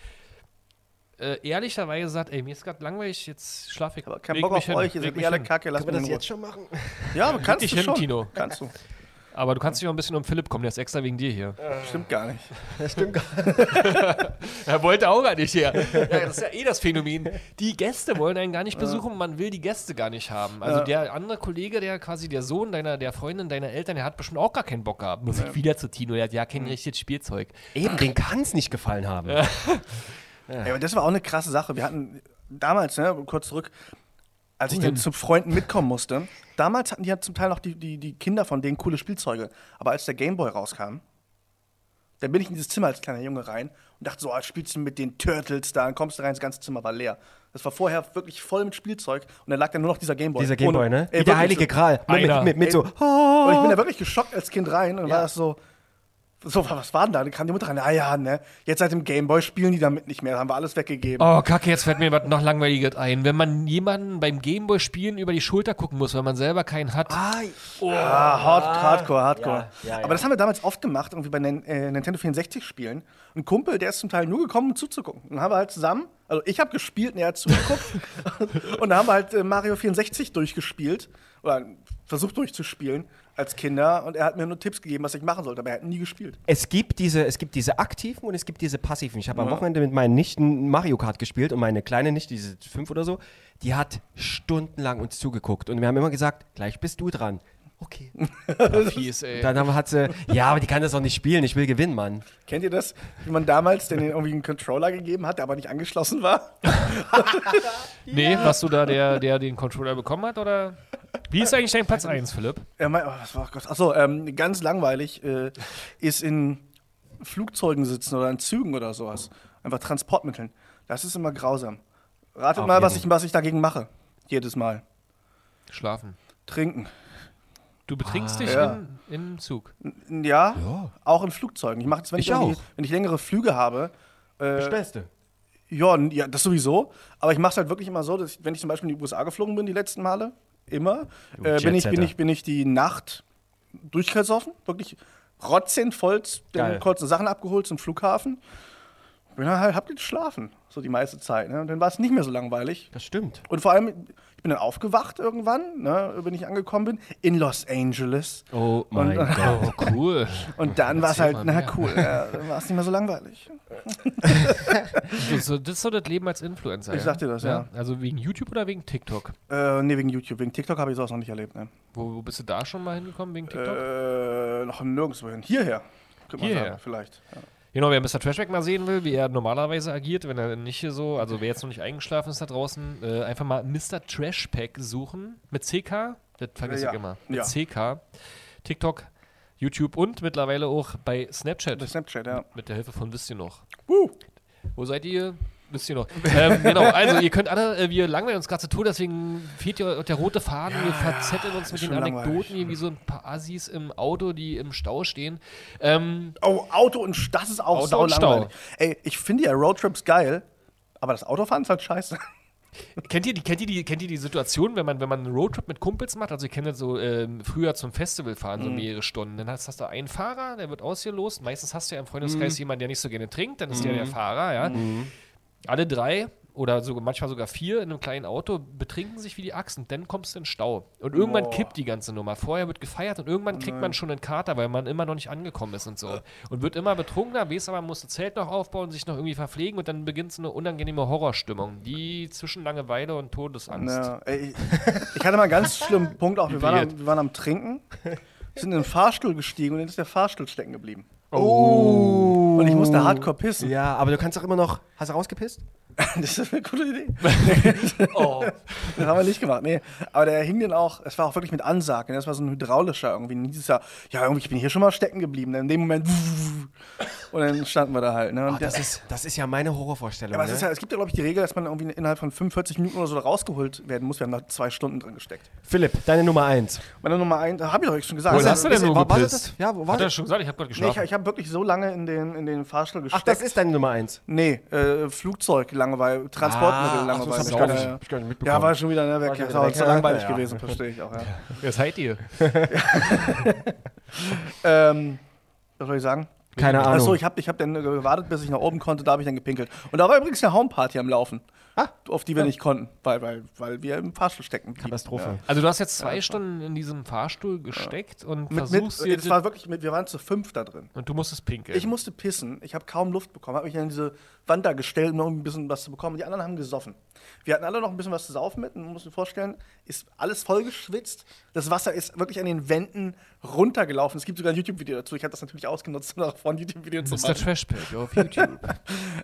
Speaker 1: äh, ehrlicherweise sagt, ey, mir ist gerade langweilig, jetzt schlafe ich.
Speaker 3: Aber keinen
Speaker 1: leg
Speaker 3: Bock
Speaker 1: mich
Speaker 3: auf
Speaker 1: hin,
Speaker 3: euch, ihr
Speaker 1: leg
Speaker 3: seid
Speaker 1: mich
Speaker 3: eh alle
Speaker 1: hin.
Speaker 3: kacke, lasst
Speaker 2: Können wir
Speaker 3: mich
Speaker 2: das
Speaker 3: in Ruhe.
Speaker 2: jetzt schon machen?
Speaker 3: Ja, aber kannst
Speaker 1: dich
Speaker 3: du
Speaker 1: hin,
Speaker 3: schon.
Speaker 1: Tino.
Speaker 3: Kannst du.
Speaker 1: Aber du kannst dich auch ein bisschen um Philipp kommen, der ist extra wegen dir hier.
Speaker 3: Stimmt gar nicht.
Speaker 2: Stimmt gar
Speaker 1: Er wollte auch gar nicht her. Ja, das ist ja eh das Phänomen. Die Gäste wollen einen gar nicht besuchen, man will die Gäste gar nicht haben. Also der andere Kollege, der quasi der Sohn deiner, der Freundin deiner Eltern, der hat bestimmt auch gar keinen Bock gehabt. Muss ich wieder zu Tino, der hat ja kein richtiges Spielzeug.
Speaker 2: Eben, den kann es nicht gefallen haben.
Speaker 3: Ja, aber das war auch eine krasse Sache. Wir hatten damals, ne, kurz zurück, als
Speaker 2: Oh.
Speaker 3: ich dann zu Freunden mitkommen musste, damals hatten die ja zum Teil noch die, die, die Kinder von denen coole Spielzeuge. Aber als der Gameboy rauskam, dann bin ich in dieses Zimmer als kleiner Junge rein und dachte so, ah, spielst du mit den Turtles da, dann kommst du rein, das ganze Zimmer war leer. Das war vorher wirklich voll mit Spielzeug und dann lag da nur noch dieser Gameboy.
Speaker 2: Dieser Gameboy,
Speaker 3: Ohne-
Speaker 2: ne?
Speaker 3: Ey,
Speaker 2: Wie der
Speaker 3: wirklich
Speaker 2: heilige
Speaker 3: so.
Speaker 2: Gral. Mit,
Speaker 1: Einer.
Speaker 2: mit, mit, mit so.
Speaker 3: Und ich bin da wirklich geschockt als Kind rein und
Speaker 2: Ja.
Speaker 3: war das so, So, was war denn da? Dann kam die Mutter rein. Ah ja, ne? Jetzt seit dem Gameboy spielen die damit nicht mehr. Haben wir alles weggegeben.
Speaker 1: Oh, kacke, jetzt fällt mir was noch langweiliges ein. Wenn man jemanden beim Gameboy-Spielen über die Schulter gucken muss, weil man selber keinen hat.
Speaker 3: Ah, hard, hardcore, hardcore.
Speaker 2: Oh. ja, ja.
Speaker 3: Aber das haben wir damals oft gemacht, irgendwie bei Nin- äh, Nintendo 64 Spielen. Ein Kumpel, der ist zum Teil nur gekommen, um zuzugucken. Und dann haben wir halt zusammen, also ich habe gespielt und er hat zugeguckt. und dann haben wir halt äh, Mario 64 durchgespielt oder versucht durchzuspielen als Kinder. Und er hat mir nur Tipps gegeben, was ich machen sollte, aber er hat nie gespielt.
Speaker 2: Es gibt diese, es gibt diese aktiven und es gibt diese passiven. Ich habe am Wochenende mit meinen Nichten Mario Kart gespielt und meine kleine Nichte, diese fünf oder so, die hat stundenlang uns zugeguckt und wir haben immer gesagt, gleich bist du dran. Okay.
Speaker 1: Fies, ey.
Speaker 2: Dann haben, hat sie, ja, aber die kann das doch nicht spielen, ich will gewinnen, Mann.
Speaker 3: Kennt ihr das? Wie man damals den irgendwie einen Controller gegeben hat, der aber nicht angeschlossen war?
Speaker 1: Nee, was du da, der, der den Controller bekommen hat, oder? Wie ist eigentlich dein Platz 1, Philipp?
Speaker 3: Ja, mein, oh, was war, Gott. Achso, ähm, ganz langweilig äh, ist in Flugzeugen sitzen oder in Zügen oder sowas. Einfach Transportmitteln. Das ist immer grausam. Ratet
Speaker 2: Auf
Speaker 3: mal, was
Speaker 2: jeden.
Speaker 3: ich, was ich dagegen mache. Jedes Mal.
Speaker 1: Schlafen.
Speaker 3: Trinken.
Speaker 1: Du betrinkst dich
Speaker 3: ja.
Speaker 1: in, im Zug.
Speaker 3: N- Ja, auch in Flugzeugen. Ich mache das, wenn ich,
Speaker 2: Ich auch.
Speaker 3: irgendwie- wenn ich längere Flüge habe. Äh,
Speaker 2: Beste.
Speaker 3: Ja, n- ja, das sowieso. Aber ich mache es halt wirklich immer so, dass ich, wenn ich zum Beispiel in die USA geflogen bin, die letzten Male, immer, äh, bin, ich, bin,
Speaker 2: Jetsetter.
Speaker 3: ich, bin ich die Nacht durchgesoffen, wirklich rotzend voll,
Speaker 2: Geil.
Speaker 3: dann kurze Sachen abgeholt zum Flughafen. Bin dann halt, hab geschlafen, so die meiste Zeit. Ne? Und dann war es nicht mehr so langweilig.
Speaker 2: Das stimmt.
Speaker 3: Und vor allem, ich bin dann aufgewacht irgendwann, ne, wenn ich angekommen bin, in Los Angeles.
Speaker 2: Oh mein
Speaker 3: Und-
Speaker 2: Gott.
Speaker 1: Oh, cool.
Speaker 3: Und dann war es
Speaker 1: Erzähl
Speaker 3: halt,
Speaker 1: mal
Speaker 3: na
Speaker 1: mehr.
Speaker 3: cool, ja, dann war es nicht mehr so langweilig.
Speaker 1: So, so, das ist so das Leben als Influencer.
Speaker 3: Ich sag dir das, ja.
Speaker 1: Also wegen YouTube oder wegen TikTok?
Speaker 3: Äh, nee, wegen YouTube, wegen TikTok habe ich sowas noch nicht erlebt. Ne?
Speaker 1: Wo, wo bist du da schon mal hingekommen wegen TikTok?
Speaker 3: Äh, noch nirgendwo hin. Hierher. Könnte man
Speaker 1: Hierher.
Speaker 3: sagen, vielleicht. Ja.
Speaker 1: Genau, wer Mr. Trashback mal sehen will, wie er normalerweise agiert, wenn er nicht hier so, also wer jetzt noch nicht eingeschlafen ist da draußen, äh, einfach mal Mr. Trashpack suchen. Mit CK, das vergesse
Speaker 3: Ja.
Speaker 1: ich immer. Mit
Speaker 3: Ja.
Speaker 1: CK, TikTok, YouTube und mittlerweile auch bei Snapchat.
Speaker 3: Bei Snapchat, ja.
Speaker 1: mit der Hilfe von Wisst ihr noch.
Speaker 3: Woo.
Speaker 1: Wo seid ihr? Wisst ihr noch. ähm, genau, also ihr könnt alle, äh, wir langweilen uns gerade zu Tode, deswegen fehlt ja der rote Faden, wir verzetteln uns mit den
Speaker 3: schon langweilig.
Speaker 1: Anekdoten, hier wie so ein paar Assis im Auto, die im Stau stehen. Ähm,
Speaker 3: Oh, Auto und St- das ist auch
Speaker 1: Auto
Speaker 3: sau
Speaker 1: und Stau.
Speaker 3: langweilig. Ey, ich finde ja Roadtrips geil, aber das Autofahren ist halt scheiße.
Speaker 1: Kennt ihr, die, kennt, ihr die, kennt ihr die Situation, wenn man, wenn man einen Roadtrip mit Kumpels macht? Also, ihr kennt das so ähm, früher zum Festival fahren,
Speaker 3: Mhm.
Speaker 1: so mehrere Stunden. Dann hast, hast du einen Fahrer, der wird ausgelost. Meistens hast du ja im
Speaker 3: Mhm.
Speaker 1: Freundeskreis jemanden, der nicht so gerne trinkt. Dann ist der der Fahrer, ja. Alle drei oder so, manchmal sogar vier in einem kleinen Auto betrinken sich wie die Axt und dann kommst du in den Stau. Und irgendwann kippt die ganze Nummer. Vorher wird gefeiert und
Speaker 3: Oh
Speaker 1: irgendwann kriegt man schon einen Kater, weil man immer noch nicht angekommen ist und so. Und wird immer betrunkener, weiß aber, man muss das Zelt noch aufbauen, sich noch irgendwie verpflegen und dann beginnt so eine unangenehme Horrorstimmung, die zwischen Langeweile und Todesangst.
Speaker 3: Ja, ey, ich, ich hatte mal einen ganz schlimmen Punkt auch. Wir waren, am,
Speaker 1: Vibriert.
Speaker 3: wir waren am Trinken, sind in den Fahrstuhl gestiegen und dann ist der Fahrstuhl stecken geblieben. Oh. Und ich musste hardcore pissen.
Speaker 2: Ja, aber du kannst auch immer noch. Hast du rausgepisst?
Speaker 3: Das ist eine gute Idee.
Speaker 2: Oh.
Speaker 3: Das haben wir nicht gemacht, nee. Aber der hing dann auch, es war auch wirklich mit Ansagen. Das war so ein hydraulischer irgendwie. Und Dieses Jahr, ja, irgendwie, ich bin hier schon mal stecken geblieben. ne? In dem Moment. Und dann standen wir da halt. Ne? Und
Speaker 2: Ah,
Speaker 3: der,
Speaker 2: das, ist, das ist ja meine Horrorvorstellung.
Speaker 3: ja, aber es,
Speaker 2: ne?
Speaker 3: ist ja, es gibt ja, glaube ich, die Regel, dass man irgendwie innerhalb von 45 Minuten oder so da rausgeholt werden muss. Wir haben da zwei Stunden drin gesteckt.
Speaker 2: Philipp, deine Nummer eins.
Speaker 3: Meine Nummer eins, habe ich doch schon gesagt.
Speaker 1: Wohl
Speaker 3: Also,
Speaker 1: hast du denn
Speaker 2: ist-
Speaker 1: nur
Speaker 2: war- war das
Speaker 1: gepisst?
Speaker 2: das? Ja, wo war
Speaker 1: Hat er
Speaker 2: das?
Speaker 1: schon gesagt, ich habe gerade
Speaker 3: nee, ich,
Speaker 1: geschlafen.
Speaker 3: ich habe wirklich so lange in den, in den Fahrstuhl
Speaker 2: Ach,
Speaker 3: gesteckt.
Speaker 2: das ist deine Nummer eins.
Speaker 3: Nee, äh, Flugzeug Langeweile, Transportmittel
Speaker 2: Ah, ach so,
Speaker 3: Langeweile.
Speaker 2: das
Speaker 1: hab ich gar
Speaker 2: nicht- hab ich gar nicht mitbekommen.
Speaker 3: Ja, war schon wieder ne, weg.
Speaker 2: schon
Speaker 3: Das
Speaker 2: wieder
Speaker 3: war
Speaker 2: weg.
Speaker 3: so langweilig
Speaker 2: Ja, ja.
Speaker 3: gewesen, verstehe ich auch. Ja.
Speaker 1: Wer seid ihr?
Speaker 3: Ähm, was soll ich sagen?
Speaker 2: Keine Ahnung.
Speaker 3: Achso, ich habe ich hab dann gewartet, bis ich nach oben konnte, da habe ich dann gepinkelt. Und da war übrigens eine Homeparty am Laufen, auf die wir nicht konnten, weil, weil, weil wir im Fahrstuhl stecken. blieben.
Speaker 2: Katastrophe.
Speaker 1: Also, du hast jetzt zwei Stunden in diesem Fahrstuhl gesteckt und
Speaker 3: Mit, mit,
Speaker 1: versuchst
Speaker 3: es
Speaker 1: dir.
Speaker 3: war wirklich, mit, wir waren zu fünf da drin.
Speaker 1: und du musstest pinkeln.
Speaker 3: Ich musste pissen, ich habe kaum Luft bekommen, habe mich an diese Wand da gestellt, um noch ein bisschen was zu bekommen. Die anderen haben gesoffen. Wir hatten alle noch ein bisschen was zu saufen mit und musst dir vorstellen, ist alles voll geschwitzt. Das Wasser ist wirklich an den Wänden runtergelaufen. Es gibt sogar ein YouTube-Video dazu. Ich habe das natürlich ausgenutzt, um nach vorne ein YouTube-Video zu
Speaker 1: Mr.
Speaker 3: machen.
Speaker 1: Trashpack auf YouTube.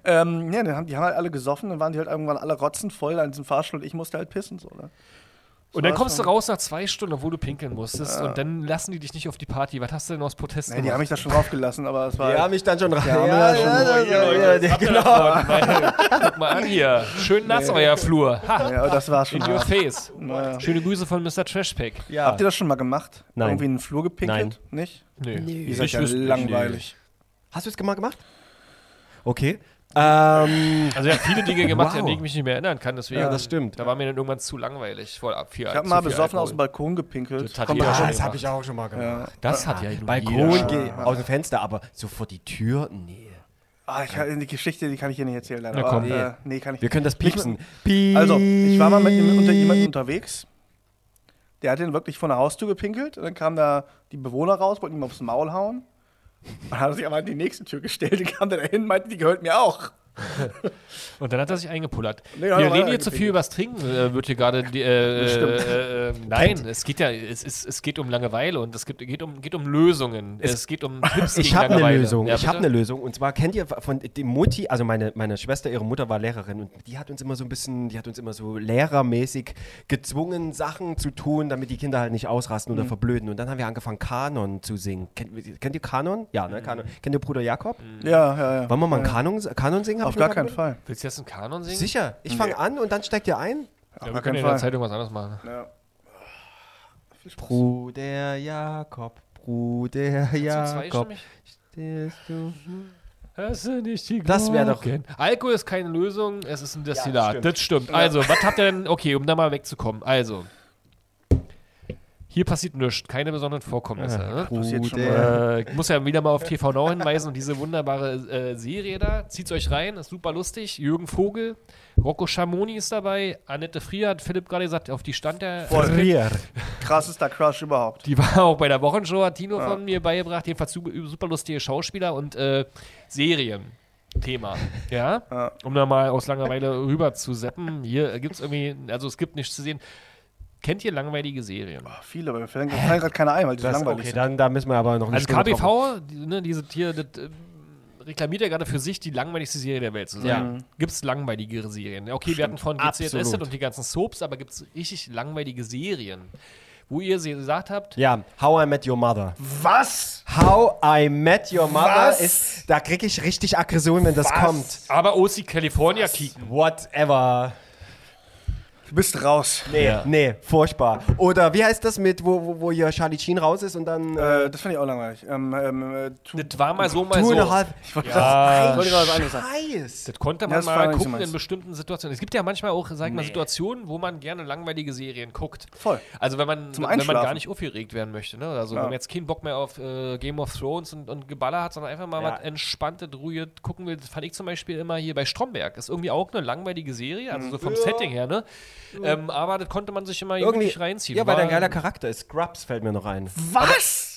Speaker 3: Ähm, ja, dann haben, die haben halt alle gesoffen, dann waren die halt irgendwann alle rotzenvoll an diesem Fahrstuhl und ich musste halt pissen, so, ne?
Speaker 1: Und dann
Speaker 3: war
Speaker 1: kommst du
Speaker 3: schon- Ah.
Speaker 1: raus nach zwei Stunden, obwohl du pinkeln musstest. Und dann lassen die dich nicht auf die Party. Was hast du denn aus Protest
Speaker 3: Nee, die haben mich da schon draufgelassen, aber es war. halt
Speaker 2: Ja, mich dann schon rein.
Speaker 3: Ja, ja, ja, ja, ja,
Speaker 2: ja,
Speaker 1: genau. Guck mal an hier. Schön nass euer Flur. Ha,
Speaker 3: Ja, das war schon.
Speaker 1: in your
Speaker 3: hart.
Speaker 1: face.
Speaker 3: Naja.
Speaker 1: Schöne Grüße von Mr. Trashpack.
Speaker 3: Habt ihr das schon mal gemacht?
Speaker 2: Nein.
Speaker 3: Irgendwie in den Flur gepinkelt? Nein. Nicht?
Speaker 1: Nee.
Speaker 3: Ihr seid ja
Speaker 1: wüsste nicht.
Speaker 3: langweilig.
Speaker 2: Hast du es mal gemacht? Okay. Ähm,
Speaker 1: Also, ich habe viele Dinge gemacht,
Speaker 2: Wow.
Speaker 1: an die ich mich nicht mehr erinnern kann. Deswegen,
Speaker 2: Ja, das stimmt.
Speaker 1: Da war mir dann irgendwann zu langweilig. Voll ab, viel
Speaker 3: Ich habe mal besoffen aus dem Balkon gepinkelt.
Speaker 1: Das hat
Speaker 3: Kommt
Speaker 1: jeder
Speaker 3: man
Speaker 1: schon
Speaker 3: schon-
Speaker 1: gemacht.
Speaker 2: hab auch schon mal gemacht.
Speaker 1: Das hat ja nur
Speaker 2: Balkon,
Speaker 1: jeder.
Speaker 2: geh aus dem Fenster, aber so vor die Tür? Nee.
Speaker 3: Ah, ich, die Geschichte, die kann ich hier nicht erzählen. Leider.
Speaker 1: Na komm.
Speaker 3: Aber, äh, nee, kann ich
Speaker 2: Wir können das
Speaker 3: Nicht-
Speaker 2: piepsen.
Speaker 3: Also, ich war mal mit einem, unter jemandem unterwegs. Der hat den wirklich vor der Haustür gepinkelt. Und dann kamen da die Bewohner raus, wollten ihm aufs Maul hauen. Und dann hat er sich aber an die nächste Tür gestellt. Die kam dann dahin, meinte, die gehört mir auch.
Speaker 1: Und dann hat er sich eingepullert.
Speaker 3: Nee,
Speaker 1: Wir
Speaker 3: hat er
Speaker 1: reden hier
Speaker 3: eingepinkt.
Speaker 1: zu viel übers Trinken, äh, wird hier gerade. die, Äh, äh, äh, nein, es geht ja, es, es, es geht um Langeweile und es gibt, geht, um, geht um Lösungen. Es, geht um Tipps
Speaker 2: Ich
Speaker 1: gegen
Speaker 2: habe eine
Speaker 1: Langeweile.
Speaker 2: Lösung.
Speaker 1: Ja,
Speaker 2: ich habe
Speaker 1: bitte?
Speaker 2: eine Lösung. Und zwar kennt ihr von dem Mutti, also meine, meine Schwester, ihre Mutter war Lehrerin und die hat uns immer so ein bisschen, die hat uns immer so lehrermäßig gezwungen, Sachen zu tun, damit die Kinder halt nicht ausrasten
Speaker 1: Mhm.
Speaker 2: oder verblöden. Und dann haben wir angefangen, Kanon zu singen. Kennt, kennt ihr Kanon? Ja,
Speaker 1: Mhm.
Speaker 2: ne? Kanon. Kennt ihr Bruder Jakob?
Speaker 3: Ja, ja, ja.
Speaker 2: Wollen wir mal einen Kanon, Kanon singen? Hab
Speaker 3: Auf
Speaker 2: ich
Speaker 3: gar
Speaker 2: mir
Speaker 3: keinen
Speaker 2: gerade
Speaker 3: Fall.
Speaker 1: Willst du jetzt einen Kanon singen?
Speaker 2: überlegt. Sicher. Ich fange an und dann steigt ihr ein.
Speaker 1: Ja,
Speaker 3: Auf
Speaker 1: wir
Speaker 3: gar
Speaker 1: können
Speaker 3: keinen
Speaker 1: in der
Speaker 3: Fall.
Speaker 1: Zeitung was anderes machen.
Speaker 2: Bruder Jakob, Bruder Jakob.
Speaker 1: zweistimmig?
Speaker 2: stehst du-
Speaker 1: Mhm. Das sind nicht die
Speaker 2: Das wär doch-
Speaker 1: Glocken. Alkohol ist keine Lösung, es ist ein Destillat.
Speaker 2: stimmt.
Speaker 1: das stimmt. Also, was habt ihr denn? Okay, um da mal wegzukommen. Also. Hier passiert nichts, keine besonderen Vorkommnisse. ne?
Speaker 3: Passiert schon mal.
Speaker 1: Äh, ich muss ja wieder mal auf TV Now hinweisen und diese wunderbare äh, Serie da. Zieht's euch rein, ist super lustig. Jürgen Vogel, Rocco Schamoni ist dabei, Annette Frier hat Philipp gerade gesagt, auf die stand der. Also,
Speaker 2: Frier.
Speaker 3: Krassester Crush überhaupt.
Speaker 1: Die war auch bei der Wochenshow, hat Tino von mir beigebracht. Jedenfalls su- super lustige Schauspieler und äh, Serien. Thema, ja? Um da mal aus Langeweile rüber zu seppen. Hier gibt es irgendwie, also es gibt nichts zu sehen. Kennt ihr langweilige Serien?
Speaker 3: Ach, viele, aber mir fallen fallen gerade keine ein, weil die so
Speaker 2: Das,
Speaker 3: langweilig
Speaker 2: okay,
Speaker 3: sind.
Speaker 2: dann, da müssen wir aber noch eine
Speaker 1: Also
Speaker 2: Stunde drauf-
Speaker 1: KBV, die, ne, diese Tier, das, äh, reklamiert ja gerade für sich, die langweiligste Serie der Welt zu sein. Gibt es langweiligere Serien? Okay, wir hatten von GCSS
Speaker 2: Absolut.
Speaker 1: und die ganzen Soaps, aber gibt es richtig langweilige Serien, wo ihr sie gesagt habt,
Speaker 2: Ja, How I Met Your Mother.
Speaker 3: Was?
Speaker 2: How I Met Your Mother
Speaker 3: Was?
Speaker 2: ist, da kriege ich richtig Aggression, wenn das kommt.
Speaker 1: aber OC California kicken.
Speaker 2: Whatever.
Speaker 3: Du bist raus.
Speaker 2: Nee,
Speaker 1: Ja.
Speaker 2: nee, furchtbar. Oder wie heißt das mit, wo, wo, wo hier Charlie Sheen raus ist und dann äh,
Speaker 3: Äh, das fand ich auch langweilig. Ähm, ähm, äh, tu-
Speaker 1: Das war mal so, mal
Speaker 2: Two
Speaker 1: so.
Speaker 2: and a Half.
Speaker 3: ich wollte gerade- ich Ah, wollte gerade was anderes sagen.
Speaker 2: Scheiß.
Speaker 1: Das konnte
Speaker 3: Ja,
Speaker 1: man
Speaker 3: das war
Speaker 1: mal
Speaker 3: nicht so
Speaker 1: gucken
Speaker 3: meins.
Speaker 1: in bestimmten Situationen. Es gibt ja manchmal auch, sag ich mal, Situationen, wo man gerne langweilige Serien guckt.
Speaker 3: Voll.
Speaker 1: Also wenn man,
Speaker 3: Zum
Speaker 1: wenn man
Speaker 3: Einschlafen.
Speaker 1: gar nicht aufgeregt werden möchte. Ne? Also wenn man jetzt keinen Bock mehr auf äh, Game of Thrones und, und Geballer hat, sondern einfach mal
Speaker 2: Ja.
Speaker 1: was Entspanntes, Ruhiges gucken will. Das fand ich zum Beispiel immer hier bei Stromberg. Ist irgendwie auch eine langweilige Serie, also so vom Setting her. Ne? Ähm, aber das konnte man sich immer irgendwie nicht reinziehen.
Speaker 2: ja, weil der ein geiler Charakter ist. Scrubs fällt mir noch ein.
Speaker 3: Was?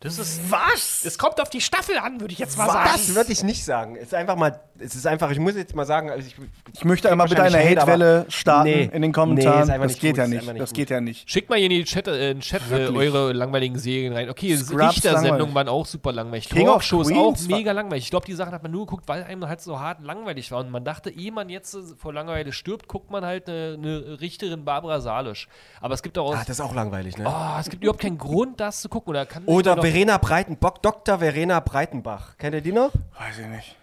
Speaker 1: das ist...
Speaker 3: Was?
Speaker 1: Es kommt auf die Staffel an, würde ich jetzt mal sagen.
Speaker 2: Das würde ich nicht sagen. Es ist einfach mal, es ist einfach, ich muss jetzt mal sagen, also ich,
Speaker 3: Ich möchte einmal bitte eine
Speaker 2: Wahrscheinlich Hate,
Speaker 3: Hatewelle
Speaker 2: aber-
Speaker 3: starten
Speaker 2: Nee.
Speaker 3: in den
Speaker 2: Nee,
Speaker 3: Kommentaren.
Speaker 2: ist einfach
Speaker 3: das
Speaker 2: nicht
Speaker 3: geht
Speaker 2: gut,
Speaker 3: ja
Speaker 2: ist
Speaker 3: nicht.
Speaker 2: einfach nicht
Speaker 3: Das
Speaker 2: gut.
Speaker 3: geht ja nicht.
Speaker 1: Schickt mal hier in den Chat, äh, in den Chat äh, eure langweiligen Serien rein. Okay,
Speaker 3: Scrubs
Speaker 1: Richtersendung
Speaker 3: langweilig.
Speaker 1: waren auch super langweilig.
Speaker 3: King of
Speaker 1: Talkshows auch
Speaker 3: Queens war-
Speaker 1: mega langweilig. Ich glaube, die Sachen hat man nur geguckt, weil einem halt so hart langweilig war. Und man dachte, ehe man jetzt äh, vor Langeweile stirbt, guckt man halt eine, eine Richterin Barbara Salisch. Aber es gibt auch,
Speaker 2: ah, das ist auch langweilig, ne?
Speaker 1: oh, es gibt überhaupt keinen Grund, das zu gucken. Oder, kann ich
Speaker 2: Oder
Speaker 1: mir doch,
Speaker 2: Verena Breitenbach, Dr. Verena Breitenbach. Kennt ihr die noch?
Speaker 3: Weiß ich nicht.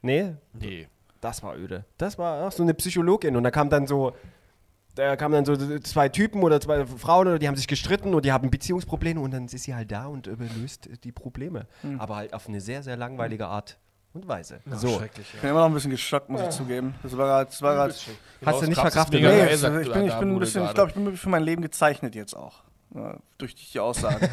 Speaker 2: Nee,
Speaker 1: nee.
Speaker 2: Das war öde. Das war auch so eine Psychologin. Und da kam dann so, da kamen dann so zwei Typen oder zwei Frauen oder die haben sich gestritten und die haben Beziehungsprobleme und dann ist sie halt da und äh, löst die Probleme.
Speaker 1: Hm.
Speaker 2: Aber halt auf eine sehr, sehr langweilige Art und Weise. so.
Speaker 3: Ich bin immer noch ein bisschen geschockt, muss ich zugeben. Das war gerade. Das war grad,
Speaker 2: Hast du nicht
Speaker 1: Scrubs ist
Speaker 2: verkraftet?
Speaker 1: mega
Speaker 2: Nee,
Speaker 1: geil,
Speaker 3: nee, ich,
Speaker 1: sagt
Speaker 3: ich bin, ich bin ein
Speaker 1: Adamo
Speaker 3: bisschen, ich
Speaker 1: gerade.
Speaker 3: glaube, ich bin für mein Leben gezeichnet jetzt auch. Ja, Durch die Aussagen.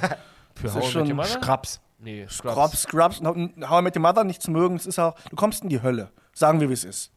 Speaker 1: Für
Speaker 3: ist
Speaker 1: How I Met
Speaker 3: schon
Speaker 1: Your Mother?
Speaker 2: Scrubs.
Speaker 1: Nee, Scrubs.
Speaker 3: Scrubs, Scrubs und How I Met Your Mother nicht zu mögen, es ist auch, du kommst in die Hölle. Sagen wir, wie es ist.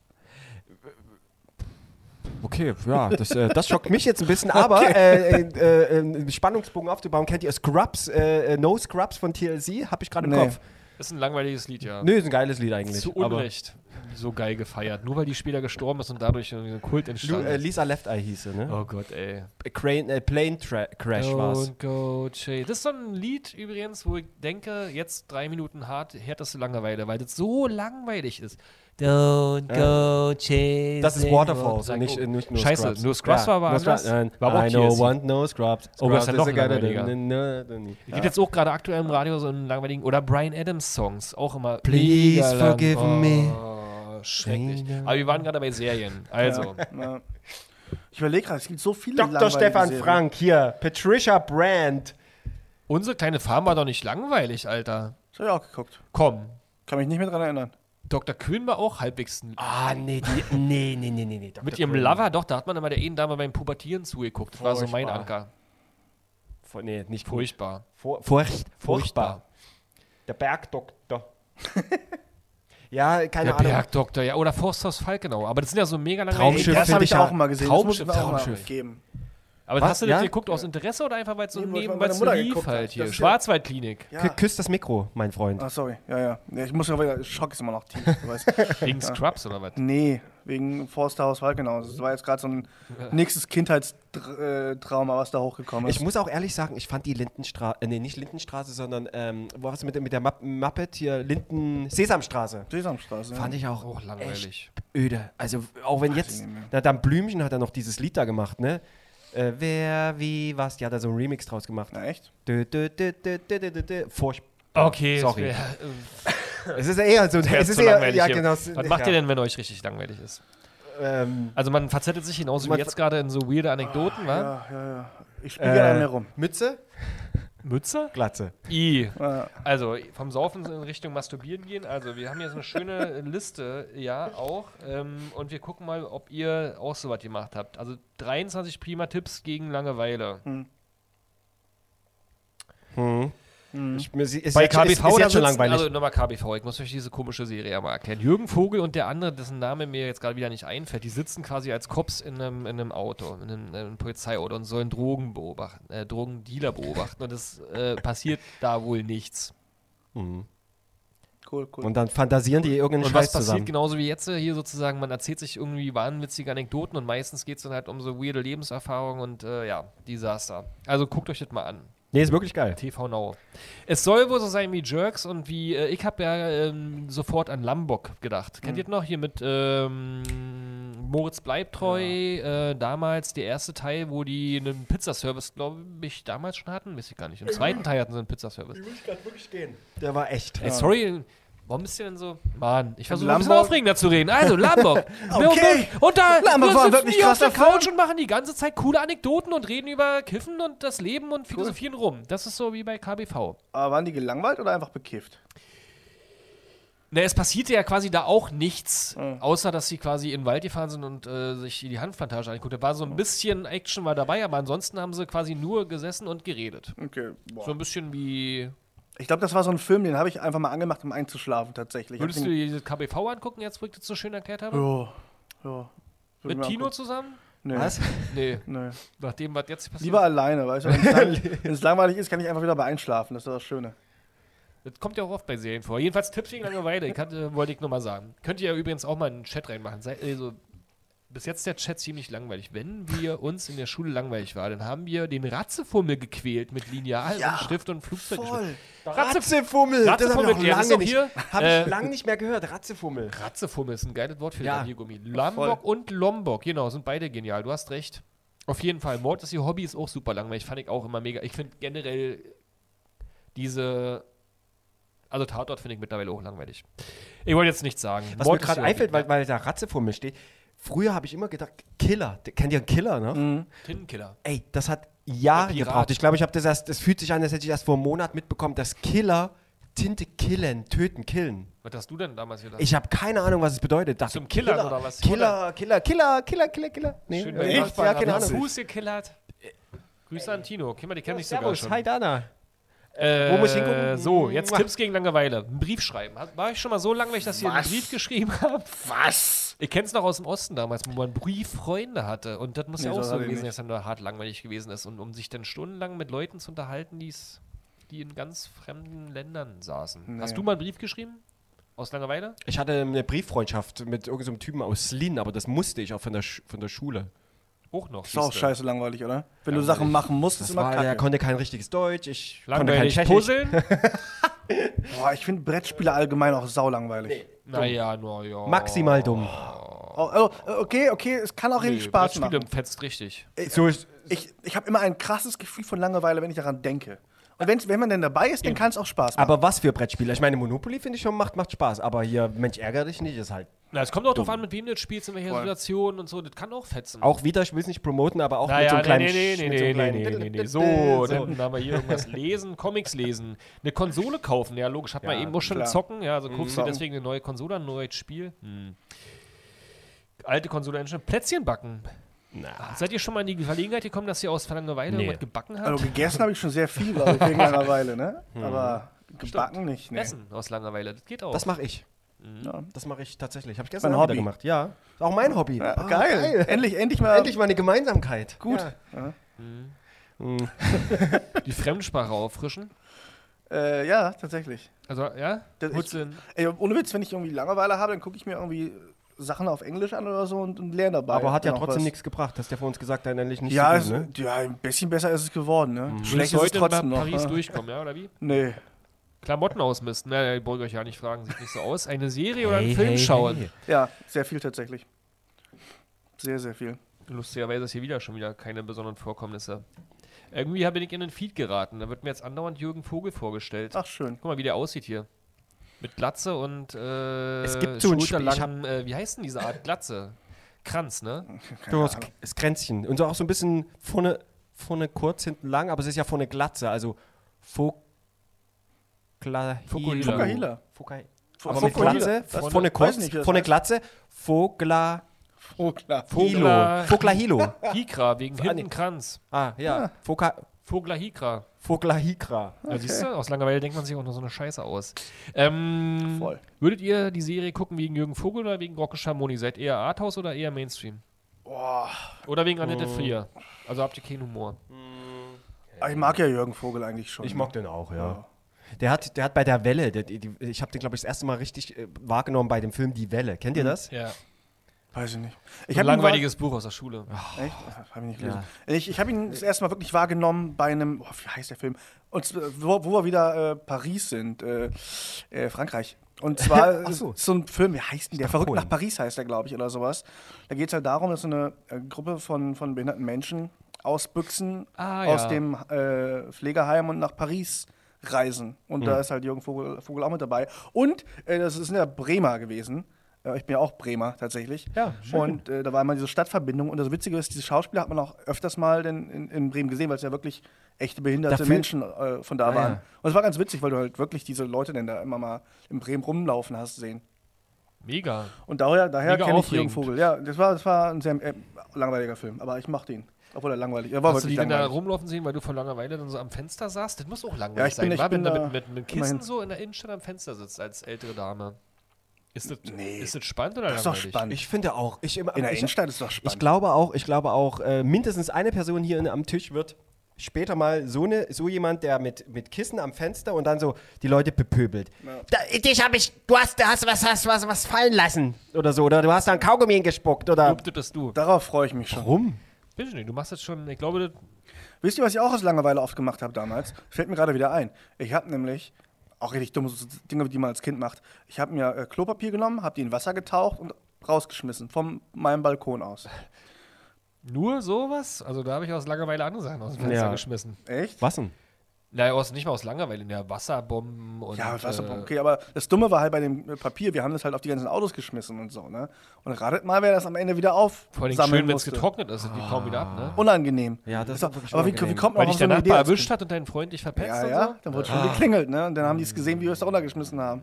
Speaker 2: Okay, ja, das, äh, das schockt mich jetzt ein bisschen, aber äh, äh, äh, einen Spannungsbogen aufzubauen, kennt ihr Scrubs, äh, äh, No Scrubs von TLC? Hab ich gerade im
Speaker 3: Nee.
Speaker 2: Kopf.
Speaker 1: Ist ein langweiliges Lied, ja.
Speaker 2: Nö, ist ein geiles Lied eigentlich.
Speaker 1: Zu Unrecht so geil gefeiert. Nur weil die später gestorben ist und dadurch ein Kult
Speaker 2: Aber, Lu-
Speaker 1: entstanden
Speaker 2: äh,
Speaker 1: ist.
Speaker 2: Lisa Left Eye hieße, ne?
Speaker 1: Oh Gott, ey.
Speaker 2: Crane, äh, Plane Tra Crash war's.
Speaker 1: Don't go chase. Das ist so ein Lied übrigens, wo ich denke, jetzt drei Minuten hart, härteste Langeweile, weil das so langweilig ist. Don't go chase.
Speaker 2: Das ist Waterfalls, nicht, äh, nicht nur
Speaker 1: oh, Scheiße,
Speaker 2: Scrubs.
Speaker 1: nur Scrubs war aber
Speaker 2: nur
Speaker 1: anders.
Speaker 2: Scrubs,
Speaker 1: War auch
Speaker 2: nein. I don't
Speaker 1: TLC.
Speaker 2: want no Scrubs. Scrubs
Speaker 1: Oh, das ist ja noch
Speaker 2: a guy that-
Speaker 1: langweiliger.
Speaker 2: n- n- n- n-
Speaker 1: Gibt jetzt auch gerade aktuell im Radio so einen langweiligen oder Brian Adams Songs, auch immer.
Speaker 2: Please
Speaker 1: mega lang.
Speaker 2: forgive
Speaker 1: oh,
Speaker 2: me.
Speaker 1: Schrecklich. Aber wir waren gerade bei Serien. Also,
Speaker 3: Ja. Ich überlege gerade, es gibt so viele
Speaker 2: Dr.
Speaker 3: langweilige
Speaker 2: Stefan
Speaker 3: Serien.
Speaker 2: Frank hier, Patricia Brand.
Speaker 1: unsere kleine Farm war doch nicht langweilig, Alter.
Speaker 3: Das habe ich auch geguckt.
Speaker 1: Komm.
Speaker 3: Kann mich nicht mehr dran erinnern.
Speaker 1: Dr. Kühn war auch halbwegs ein
Speaker 2: Ah, nee, die, nee, nee, nee, nee, nee. Dr.
Speaker 1: Mit ihrem
Speaker 2: Cool.
Speaker 1: Lover, doch, da hat man immer der einen Dame beim Pubertieren zugeguckt. Das war so mein
Speaker 2: Furchtbar.
Speaker 1: Anker.
Speaker 2: Vor, nee, nicht gut.
Speaker 1: Furchtbar.
Speaker 2: Vor, furcht, furchtbar.
Speaker 1: Furchtbar.
Speaker 2: Der Bergdoktor. ja, keine
Speaker 1: Der
Speaker 2: Ahnung.
Speaker 1: Bergdoktor, ja. Oder Forsthaus Falkenau. Aber das sind ja so mega lange.
Speaker 2: Traumschiff.
Speaker 1: Ey,
Speaker 3: das
Speaker 2: finde
Speaker 3: habe
Speaker 2: ich
Speaker 3: ich
Speaker 2: ja-
Speaker 3: auch mal gesehen.
Speaker 1: Traumschiff,
Speaker 3: das muss man auch
Speaker 1: Traumschiff.
Speaker 3: Mal geben.
Speaker 1: Aber
Speaker 2: Was?
Speaker 1: hast du
Speaker 2: Ja?
Speaker 1: das geguckt aus Interesse oder einfach weil es so
Speaker 3: Nee, weil ich
Speaker 1: nebenbei
Speaker 3: meine
Speaker 1: zu
Speaker 3: Mutter
Speaker 1: lief
Speaker 3: geguckt hat.
Speaker 1: halt hier?
Speaker 3: Das ist ja- Ah,
Speaker 1: Schwarzwaldklinik.
Speaker 2: Kü- Küsst das Mikro, mein Freund.
Speaker 3: Ach, sorry. Ja, ja. ja ich muss ja wieder. Schock ist immer noch tief. Du weißt.
Speaker 1: Wegen Scrubs oder was?
Speaker 3: Nee, wegen Forsterhaus Falkenau. Das war jetzt gerade so ein nächstes Kindheitstrauma, was da hochgekommen ist.
Speaker 2: Ich muss auch ehrlich sagen, ich fand die Lindenstraße, äh, nee, nicht Lindenstraße, sondern, ähm, wo warst du mit, mit der Mupp- Muppet hier? Linden, Sesamstraße.
Speaker 3: Sesamstraße.
Speaker 2: Fand ich auch
Speaker 1: Auch langweilig.
Speaker 2: öde. Also, auch wenn jetzt,
Speaker 3: ich nicht mehr.
Speaker 2: na, dann Blümchen hat er noch dieses Lied da gemacht, ne? Äh, wer, wie, was, die hat da so einen Remix draus gemacht.
Speaker 3: Na echt?
Speaker 2: Dö, dö, dö, dö, dö, dö, dö, dö. Furchtbar.
Speaker 1: Okay,
Speaker 2: Sorry.
Speaker 1: es wär-
Speaker 2: Es ist eher so,
Speaker 1: wär
Speaker 2: es ist
Speaker 1: zu
Speaker 2: eher,
Speaker 1: langweilig
Speaker 2: ja
Speaker 1: hier.
Speaker 2: genau.
Speaker 1: Was macht ihr denn, wenn euch richtig langweilig ist?
Speaker 2: Ähm,
Speaker 1: Also man verzettelt sich genauso wie
Speaker 2: Man-
Speaker 1: jetzt gerade in so weirde Anekdoten, wa?
Speaker 3: Ja, Ah, ja, ja. Ich
Speaker 2: Äh,
Speaker 3: spiele gerne an mir rum.
Speaker 2: Mütze?
Speaker 1: Mütze?
Speaker 2: Glatze.
Speaker 1: I.
Speaker 3: Ja.
Speaker 1: Also vom Saufen in Richtung Masturbieren gehen. Also wir haben hier so eine schöne Liste, ja auch. Ähm, und wir gucken mal, ob ihr auch so was gemacht habt. Also 23 prima Tipps gegen Langeweile.
Speaker 2: Mhm. Ich, mir, sie- ist
Speaker 1: Bei
Speaker 2: jetzt schon-
Speaker 1: KBV
Speaker 2: ist, ist
Speaker 1: da
Speaker 2: jetzt schon
Speaker 1: sitzen-
Speaker 2: langweilig.
Speaker 1: Also nochmal KBV, ich muss euch diese komische Serie ja mal erklären. Jürgen Vogel und der andere, dessen Name mir jetzt gerade wieder nicht einfällt, die sitzen quasi als Cops in einem, in einem Auto, in einem, in einem Polizeiauto und sollen Drogen beobachten, äh, Drogendealer beobachten. Und es äh, passiert da wohl nichts.
Speaker 3: Cool, cool.
Speaker 2: und dann fantasieren die irgendeinen
Speaker 1: Und
Speaker 2: Scheiß
Speaker 1: was passiert
Speaker 2: zusammen.
Speaker 1: genauso wie jetzt äh, hier sozusagen, man erzählt sich irgendwie wahnwitzige Anekdoten und meistens geht es dann halt um so weirde Lebenserfahrungen und äh, ja, Desaster. Also guckt euch das mal an.
Speaker 2: Nee, ist wirklich geil.
Speaker 1: TV Now. Es soll wohl so sein wie Jerks und wie, äh, ich habe ja ähm, sofort an Lambok gedacht.
Speaker 2: Hm.
Speaker 1: Kennt ihr das noch? Hier mit ähm, Moritz Bleibtreu, äh, damals der erste Teil, wo die einen Pizzaservice, glaube ich, damals schon hatten, weiß ich gar
Speaker 2: Äh,
Speaker 1: nicht. Im zweiten Teil hatten sie einen Pizzaservice.
Speaker 2: Der war echt.
Speaker 1: Ey, sorry, warum bist du denn so? Mann, ich versuche ein bisschen
Speaker 3: Lambok-
Speaker 1: aufregender zu reden. Also, Lambok. okay. Und da
Speaker 3: Lambok
Speaker 1: da
Speaker 3: war
Speaker 1: sitzen
Speaker 3: wirklich
Speaker 1: die auf
Speaker 3: krasser
Speaker 1: der Couch und machen die ganze Zeit coole Anekdoten und reden über Kiffen und das Leben und philosophieren rum. Das ist so wie bei KBV.
Speaker 3: Aber waren die gelangweilt oder einfach bekifft?
Speaker 1: Na, es passierte ja quasi da auch nichts, außer dass sie quasi in den Wald gefahren sind und äh, sich die Handplantage angeguckt. Da war so ein bisschen Action war dabei, aber ansonsten haben sie quasi nur gesessen und geredet.
Speaker 3: Okay, boah.
Speaker 1: So ein bisschen wie.
Speaker 3: Ich glaube, das war so ein Film, den habe ich einfach mal angemacht, um einzuschlafen tatsächlich. Ich hab
Speaker 1: Würdest du
Speaker 3: den,
Speaker 1: dir dieses KBV angucken, jetzt wo ich das so schön erklärt habe?
Speaker 3: Ja, ja. Würde
Speaker 1: Mit
Speaker 3: mir
Speaker 1: Tino
Speaker 3: angucken.
Speaker 1: zusammen?
Speaker 3: Nee.
Speaker 2: Was?
Speaker 1: Nee.
Speaker 3: Nee.
Speaker 1: Nach dem, was jetzt passiert.
Speaker 3: Lieber alleine, weißt du? Wenn es langweilig ist, kann ich einfach wieder bei einschlafen. Das ist das Schöne.
Speaker 1: das kommt ja auch oft bei Serien vor. Jedenfalls Tipps gegen Langeweile, ich hatte, wollte ich nur mal sagen. Könnt ihr ja übrigens auch mal in den Chat reinmachen. Sei, also, bis jetzt ist der Chat ziemlich langweilig. Wenn wir uns in der Schule langweilig war, dann haben wir den Ratzefummel gequält mit Lineal
Speaker 3: Ja,
Speaker 1: und Stift und Flugzeug. gespielt.
Speaker 2: Ratzefummel.
Speaker 1: Ratzefummel, der ist doch hier.
Speaker 2: Hab
Speaker 1: Äh,
Speaker 2: ich lange nicht mehr gehört. Ratzefummel.
Speaker 1: Ratzefummel ist ein geiles Wort für
Speaker 2: Ja,
Speaker 1: den Radiergummi. Lombok und Lombok, genau, sind beide genial. Du hast recht. Auf jeden Fall. Mord ist ihr Hobby, ist auch super langweilig. Fand ich auch immer mega. Ich finde generell diese. Also Tatort finde ich mittlerweile auch langweilig. Ich wollte jetzt nichts sagen.
Speaker 2: Was
Speaker 1: Mord
Speaker 2: mir
Speaker 1: ist
Speaker 2: gerade
Speaker 1: ihr Hobby.
Speaker 2: einfällt, weil, weil da Ratzefummel steht. Früher habe ich immer gedacht, Killer. Kennt ihr einen Killer, ne?
Speaker 1: Tintenkiller.
Speaker 2: Ey, das hat Jahre
Speaker 1: Mhm. Der Pirat.
Speaker 2: gebraucht. Ich glaube, ich habe das erst, es fühlt sich an, als hätte ich erst vor einem Monat mitbekommen, dass Killer Tinte killen, töten, killen.
Speaker 1: Was hast du denn damals gedacht?
Speaker 2: Ich habe keine Ahnung, was es bedeutet. Dachte,
Speaker 1: Zum Killern oder was?
Speaker 2: Killer, Killer, Killer, Killer, Killer, Killer. Nee,
Speaker 1: Schön,
Speaker 2: äh,
Speaker 1: weil
Speaker 2: echt?
Speaker 1: Nachbarn
Speaker 2: ja,
Speaker 1: haben
Speaker 2: keine
Speaker 1: den
Speaker 2: Ahnung.
Speaker 1: Fuß gekillert. Grüße an Tino. Kennt man, die kenne ich sogar
Speaker 2: Servus,
Speaker 1: schon.
Speaker 2: hi Dana.
Speaker 1: Äh,
Speaker 2: Wo muss ich hingucken?
Speaker 1: So, jetzt
Speaker 2: Mua.
Speaker 1: Tipps gegen Langeweile. Einen Brief schreiben. Hat- War ich schon mal so langweilig, dass ihr einen Brief geschrieben habt?
Speaker 3: Was?
Speaker 1: Ich kenn's noch aus dem Osten damals, wo man Brieffreunde hatte. Und das muss ja
Speaker 3: Nee,
Speaker 1: auch
Speaker 3: das
Speaker 1: so
Speaker 3: hatte ich
Speaker 1: gewesen sein,
Speaker 3: nicht.
Speaker 1: dass dann nur hart langweilig gewesen ist. Und um sich dann stundenlang mit Leuten zu unterhalten, die's, die in ganz fremden Ländern saßen. Hast du mal einen Brief geschrieben? Aus Langeweile?
Speaker 2: Ich hatte eine Brieffreundschaft mit irgendeinem Typen aus Slin, aber das musste ich auch von der, Sch von der Schule.
Speaker 1: Auch noch.
Speaker 3: Ist auch
Speaker 1: siehste.
Speaker 3: scheiße langweilig, oder? Wenn du Sachen machen musst, ist
Speaker 2: Das
Speaker 3: immer
Speaker 2: war, er
Speaker 3: kacke.
Speaker 2: konnte kein richtiges Deutsch, ich
Speaker 1: Langweilig
Speaker 2: konnte kein Tschechisch.
Speaker 1: puzzeln?
Speaker 3: Boah, ich finde Brettspiele allgemein auch saulangweilig.
Speaker 1: naja, nur ja.
Speaker 2: Maximal dumm.
Speaker 3: Oh, oh, okay, okay, es kann auch richtig Spaß machen.
Speaker 1: fetzt richtig.
Speaker 2: Äh, So ist,
Speaker 3: Ich, ich habe immer ein krasses Gefühl von Langeweile, wenn ich daran denke. Und Und wenn's, wenn man denn dabei ist, dann kann es auch Spaß
Speaker 1: Ah.
Speaker 3: machen.
Speaker 2: Aber was für Brettspiele? Ich meine, Monopoly finde ich schon macht, macht Spaß, aber hier, Mensch, ärgere dich nicht, ist halt
Speaker 1: Na, es kommt auch drauf an, mit wem du das spielst, in welcher Situation und so. Das kann auch fetzen.
Speaker 2: auch wieder, ich will es nicht promoten, aber auch mit so einem kleinen Sch- mit so einem kleinen-
Speaker 1: So, dann haben wir hier irgendwas lesen, Comics lesen, eine Konsole kaufen. Ja, logisch, hat man eben auch schon
Speaker 3: klar.
Speaker 1: zocken. Ja, also kaufst du deswegen eine neue Konsole, ein neues Spiel. Hm. Alte Konsole einstellen, Plätzchen backen. Seid ihr schon mal in die Verlegenheit gekommen, dass ihr aus Verlangeweile irgendwas gebacken habt?
Speaker 3: Also gegessen habe ich schon sehr viel, glaube ich, wegen einer Weile, ne?
Speaker 2: Hm.
Speaker 3: Aber gebacken nicht, ne?
Speaker 1: Essen aus Langeweile, das geht auch.
Speaker 2: Das mache ich. Das mache ich tatsächlich. Habe ich gestern
Speaker 3: Mein
Speaker 2: Abend
Speaker 3: Hobby.
Speaker 2: wieder gemacht. Ja, ist auch mein Hobby.
Speaker 3: Ja,
Speaker 2: Ah,
Speaker 3: geil. Endlich, endlich mal.
Speaker 2: Endlich mal eine Gemeinsamkeit.
Speaker 3: gut. Hm.
Speaker 2: Ja.
Speaker 1: die Fremdsprache auffrischen.
Speaker 3: Äh, ja, tatsächlich.
Speaker 1: Also, ja?
Speaker 3: Das-
Speaker 1: Holst du-
Speaker 3: Ey, ohne Witz, wenn ich irgendwie Langeweile habe, dann gucke ich mir irgendwie Sachen auf Englisch an oder so und, und lerne dabei.
Speaker 2: Aber hat ja
Speaker 3: noch
Speaker 2: trotzdem
Speaker 3: was.
Speaker 2: nichts gebracht. Hast ja vor uns gesagt, dein endlich nicht
Speaker 3: Ja,
Speaker 2: so
Speaker 3: es-
Speaker 2: gut, ne? Mhm.
Speaker 3: ja, ein bisschen besser ist es geworden, ne?
Speaker 1: Willst
Speaker 3: Schlecht
Speaker 1: du
Speaker 3: ist es
Speaker 1: heute nach
Speaker 3: trotzdem noch.
Speaker 1: Paris
Speaker 3: ne?
Speaker 1: durchkommen, ja, oder wie?
Speaker 3: Nee.
Speaker 1: Klamotten ausmisten. Naja, ihr wollt euch ja nicht fragen, sieht nicht so aus. Eine Serie oder einen Film schauen.
Speaker 3: Ja, sehr viel tatsächlich. Sehr, sehr viel.
Speaker 1: Lustigerweise ist hier wieder schon wieder keine besonderen Vorkommnisse. Irgendwie bin ich in den Feed geraten. Da wird mir jetzt andauernd Jürgen Vogel vorgestellt.
Speaker 3: Ach, schön.
Speaker 1: Guck mal, wie der aussieht hier. Mit Glatze und äh,
Speaker 2: Es gibt so ein Spiel, ich
Speaker 1: schulterlangem, äh, wie heißt denn diese Art Glatze? Kranz, ne?
Speaker 2: Du hast das Kränzchen. Und so auch so ein bisschen vorne, vorne kurz, hinten lang, aber es ist ja vorne Glatze. Also Vogla-
Speaker 1: Fukuhila.
Speaker 3: Fukuhila.
Speaker 2: Fukai-
Speaker 3: Fu-
Speaker 2: Aber mit
Speaker 3: Fukuhila.
Speaker 2: Glatze,
Speaker 3: Vorne-
Speaker 2: vorne
Speaker 3: weiß
Speaker 2: kurz,
Speaker 3: nicht, wie das
Speaker 2: vorne
Speaker 3: heißt.
Speaker 2: Glatze, Vogla
Speaker 3: Oh, klar.
Speaker 1: Vogla-
Speaker 2: Hilo. Vogla Hilo.
Speaker 1: Hikra, wegen
Speaker 2: nee.
Speaker 1: hinten Kranz.
Speaker 2: Ah, ja. Voka-
Speaker 1: Vogler Hikra.
Speaker 2: Vogla Hikra.
Speaker 1: Ja, siehst du, aus Langeweile denkt man sich auch noch so eine Scheiße aus. Ähm,
Speaker 3: Voll.
Speaker 1: Würdet ihr die Serie gucken wegen Jürgen Vogel oder wegen Rocke Schamoni? Seid ihr eher Arthouse oder eher Mainstream? Oder wegen Annette
Speaker 2: Oh.
Speaker 1: Frier? Also habt ihr keinen Humor.
Speaker 3: Ah, Ich mag ja Jürgen Vogel eigentlich schon.
Speaker 2: Ich mag den auch, ja. Der hat, der hat bei der Welle, der, die, die- ich habe den, glaube ich, das erste Mal richtig äh, wahrgenommen bei dem Film Die Welle. Kennt ihr das?
Speaker 1: Ja.
Speaker 3: Weiß ich nicht.
Speaker 1: Ich
Speaker 3: Ich hab
Speaker 1: ein
Speaker 3: ihn
Speaker 1: langweiliges Buch aus der Schule.
Speaker 3: wahr- Echt? Ach, Hab ich nicht gelesen. Ich, ich habe ihn das erste Mal wirklich wahrgenommen bei einem. Oh, wie heißt der Film? Und z- wo, wo wir wieder äh, Paris sind, äh, äh, Frankreich. Und zwar
Speaker 2: Ach
Speaker 3: äh,
Speaker 2: so.
Speaker 3: so. ein Film, wie heißt denn der? Verrückt
Speaker 2: Polen.
Speaker 3: nach Paris heißt der, glaube ich, oder sowas. Da geht es halt darum, dass so eine äh, Gruppe von, von behinderten Menschen ausbüchsen
Speaker 1: Ah,
Speaker 3: aus
Speaker 1: ja.
Speaker 3: dem äh, Pflegeheim und nach Paris reisen. Und
Speaker 1: Mhm.
Speaker 3: da ist halt Jürgen Vogel, Vogel auch mit dabei. Und äh, das ist in der Bremer gewesen. Äh, ich bin ja auch Bremer tatsächlich.
Speaker 2: Ja, schön.
Speaker 3: Und äh, da war immer diese Stadtverbindung. Und das Witzige ist, diese Schauspieler hat man auch öfters mal in, in, in Bremen gesehen, weil es ja wirklich echte behinderte
Speaker 2: Da fühl-
Speaker 3: Menschen äh, von da
Speaker 2: ja.
Speaker 3: waren. Und es war ganz witzig, weil du halt wirklich diese Leute denn da immer mal in Bremen rumlaufen hast sehen.
Speaker 1: Mega.
Speaker 3: Und daher, daher
Speaker 1: Mega
Speaker 3: kenne ich Jürgen
Speaker 1: aufregend.
Speaker 3: Vogel. Ja, das war, das war ein sehr äh, langweiliger Film, aber ich mochte ihn. Obwohl er langweilig er war.
Speaker 1: Hast du die
Speaker 3: wirklich
Speaker 1: denn da
Speaker 3: langweilig.
Speaker 1: rumlaufen sehen, weil du vor Langeweile dann so am Fenster saßt? Das muss auch langweilig
Speaker 3: Ja, ich bin-
Speaker 1: sein,
Speaker 3: ich
Speaker 1: wa? wenn
Speaker 3: bin
Speaker 1: du
Speaker 3: da
Speaker 1: mit, mit, mit Kissen
Speaker 3: immerhin.
Speaker 1: so in der Innenstadt am Fenster sitzt als ältere Dame. Ist das,
Speaker 3: Nee.
Speaker 1: ist das spannend oder
Speaker 3: Das ist doch
Speaker 1: langweilig?
Speaker 3: spannend.
Speaker 2: Ich finde auch. Ich, immer-
Speaker 3: in der
Speaker 2: ich,
Speaker 3: Innenstadt ist doch spannend.
Speaker 2: Ich glaube auch, ich glaube auch, äh, mindestens eine Person hier in, am Tisch wird später mal so, ne, so jemand, der mit, mit Kissen am Fenster und dann so die Leute bepöbelt. Da, dich hab ich, du hast, hast was, hast was, was fallen lassen oder so, oder du hast da einen Kaugummi gespuckt oder.
Speaker 1: Glaubte das du?
Speaker 3: Darauf freue ich mich schon.
Speaker 2: Warum?
Speaker 1: Bitte nicht, du machst das schon, ich glaube, das
Speaker 3: Wisst ihr, was ich auch aus Langeweile oft gemacht habe damals? Fällt mir gerade wieder ein. Ich habe nämlich, auch richtig dumme so Dinge, die man als Kind macht, ich habe mir äh, Klopapier genommen, habe die in Wasser getaucht und rausgeschmissen, von meinem Balkon aus.
Speaker 1: nur sowas. Also da habe ich aus Langeweile andere Sachen aus dem Fenster
Speaker 2: Ja.
Speaker 1: geschmissen.
Speaker 3: Echt?
Speaker 2: Was denn?
Speaker 1: Naja, aus, nicht mal aus Langeweile, ja, Wasserbomben und.
Speaker 3: Ja, Wasser,
Speaker 1: äh,
Speaker 3: okay, aber das Dumme war halt bei dem äh, Papier, wir haben das halt auf die ganzen Autos geschmissen und so, ne? Und ratet mal, wer das am Ende wieder auf.
Speaker 1: Vor allem schön, wenn es getrocknet ist, und die kaum wieder ab, ne?
Speaker 3: Ah. Unangenehm.
Speaker 2: Ja, das ist
Speaker 3: Doch,
Speaker 2: wirklich
Speaker 3: Aber wie, wie
Speaker 2: unangenehm.
Speaker 3: kommt man
Speaker 1: Weil
Speaker 3: auf
Speaker 1: dich
Speaker 3: so
Speaker 1: der
Speaker 3: eine Idee
Speaker 1: Nachbar
Speaker 3: als
Speaker 1: erwischt hat und deinen Freund dich
Speaker 3: Kind?
Speaker 1: verpetzt
Speaker 3: Ja, ja,
Speaker 1: und
Speaker 3: dann wurde schon geklingelt, ne? Und dann haben die es gesehen, wie wir es da runtergeschmissen haben.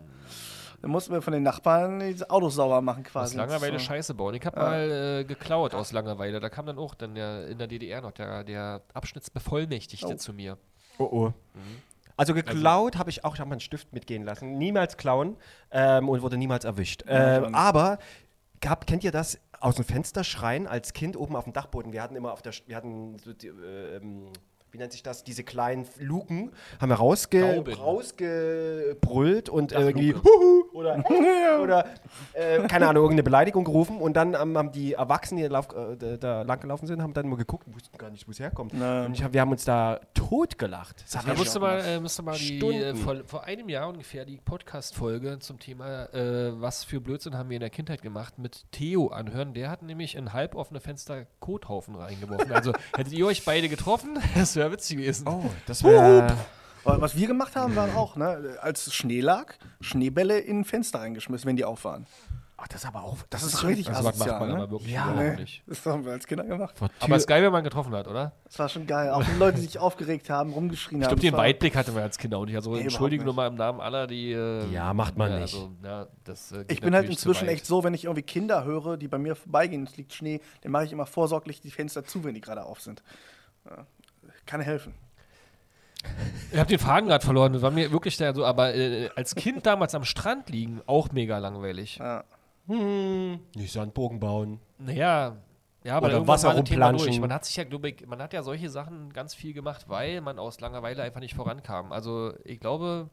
Speaker 3: Dann mussten wir von den Nachbarn die Autos sauber machen
Speaker 1: so. Aus
Speaker 3: quasi.
Speaker 1: Langeweile
Speaker 3: So.
Speaker 1: Scheiße bauen. Ich habe mal äh, geklaut aus Langeweile. Da kam dann auch dann der, in der DDR noch der, der Abschnittsbevollmächtigte zu mir.
Speaker 2: Oh oh. Also geklaut habe ich auch, ich habe meinen Stift mitgehen lassen. Niemals klauen ähm, und wurde niemals erwischt. Ähm, aber gab, kennt ihr das aus dem Fenster schreien als Kind oben auf dem Dachboden? Wir hatten immer auf der, Sch- wir hatten so die, äh, ähm, wie nennt sich das, diese kleinen Luken, haben wir rausge
Speaker 1: Gauben.
Speaker 2: rausgebrüllt und irgendwie Huhu oder, oder äh, keine Ahnung, irgendeine Beleidigung gerufen und dann ähm, haben die Erwachsenen, die lauf, äh, da- da lang gelaufen sind, haben dann nur geguckt und wussten gar nicht, wo es herkommt. Und ich hab, wir haben uns da totgelacht. Das haben
Speaker 1: Da
Speaker 2: wir
Speaker 1: musste mal, äh, musste mal die, äh,
Speaker 2: Stunden.
Speaker 1: vor, vor einem Jahr ungefähr die Podcast-Folge zum Thema, äh, was für Blödsinn haben wir in der Kindheit gemacht, mit Theo anhören. Der hat nämlich in halboffene Fenster
Speaker 2: Oh,
Speaker 1: Kothaufen reingeworfen. Also hättet ihr euch beide getroffen, das wäre witzig gewesen.
Speaker 2: das wär,
Speaker 3: Aber was wir gemacht haben, waren auch, ne, als es Schnee lag, Schneebälle in Fenster reingeschmissen, wenn die auf waren.
Speaker 2: Ach, Ah, das ist aber auch.
Speaker 3: Das ist richtig
Speaker 1: Das macht
Speaker 3: asozial,
Speaker 1: man
Speaker 3: ne?
Speaker 1: aber wirklich
Speaker 2: Ja,
Speaker 1: überhaupt
Speaker 3: nee.
Speaker 1: nicht.
Speaker 3: Das haben wir als Kinder gemacht.
Speaker 1: Aber es ist geil, wenn man getroffen hat, oder?
Speaker 3: Das war schon geil. Auch die Leute, die sich aufgeregt haben, rumgeschrien
Speaker 1: Ich
Speaker 3: haben.
Speaker 1: glaube, den
Speaker 3: Das war-
Speaker 1: Weitblick hatte man als Kinder auch nicht. Also
Speaker 3: Nee,
Speaker 1: entschuldigen nur
Speaker 3: überhaupt
Speaker 1: mal im Namen aller, die. äh,
Speaker 2: Ja, macht man
Speaker 1: ja,
Speaker 2: nicht.
Speaker 1: Also, ja, das, äh, geht
Speaker 3: Ich bin halt
Speaker 1: natürlich zu
Speaker 3: inzwischen
Speaker 1: weit.
Speaker 3: echt so, wenn ich irgendwie Kinder höre, die bei mir vorbeigehen, es liegt Schnee, dann mache ich immer vorsorglich die Fenster zu, wenn die gerade auf sind. Ja, Kann helfen.
Speaker 1: Ich habe den Faden gerade verloren. Das war mir wirklich der so. Aber äh, als Kind damals am Strand liegen, auch mega langweilig.
Speaker 3: Ja.
Speaker 2: Hm. Nicht Sandbogen bauen.
Speaker 1: Naja. Ja, aber
Speaker 2: Oder
Speaker 1: irgendwann
Speaker 2: Wasser
Speaker 1: war das Thema
Speaker 2: rumplanschen.
Speaker 1: durch. Man hat sich ja, glaube ich, man hat ja solche Sachen ganz viel gemacht, weil man aus Langeweile einfach nicht vorankam. Also ich glaube,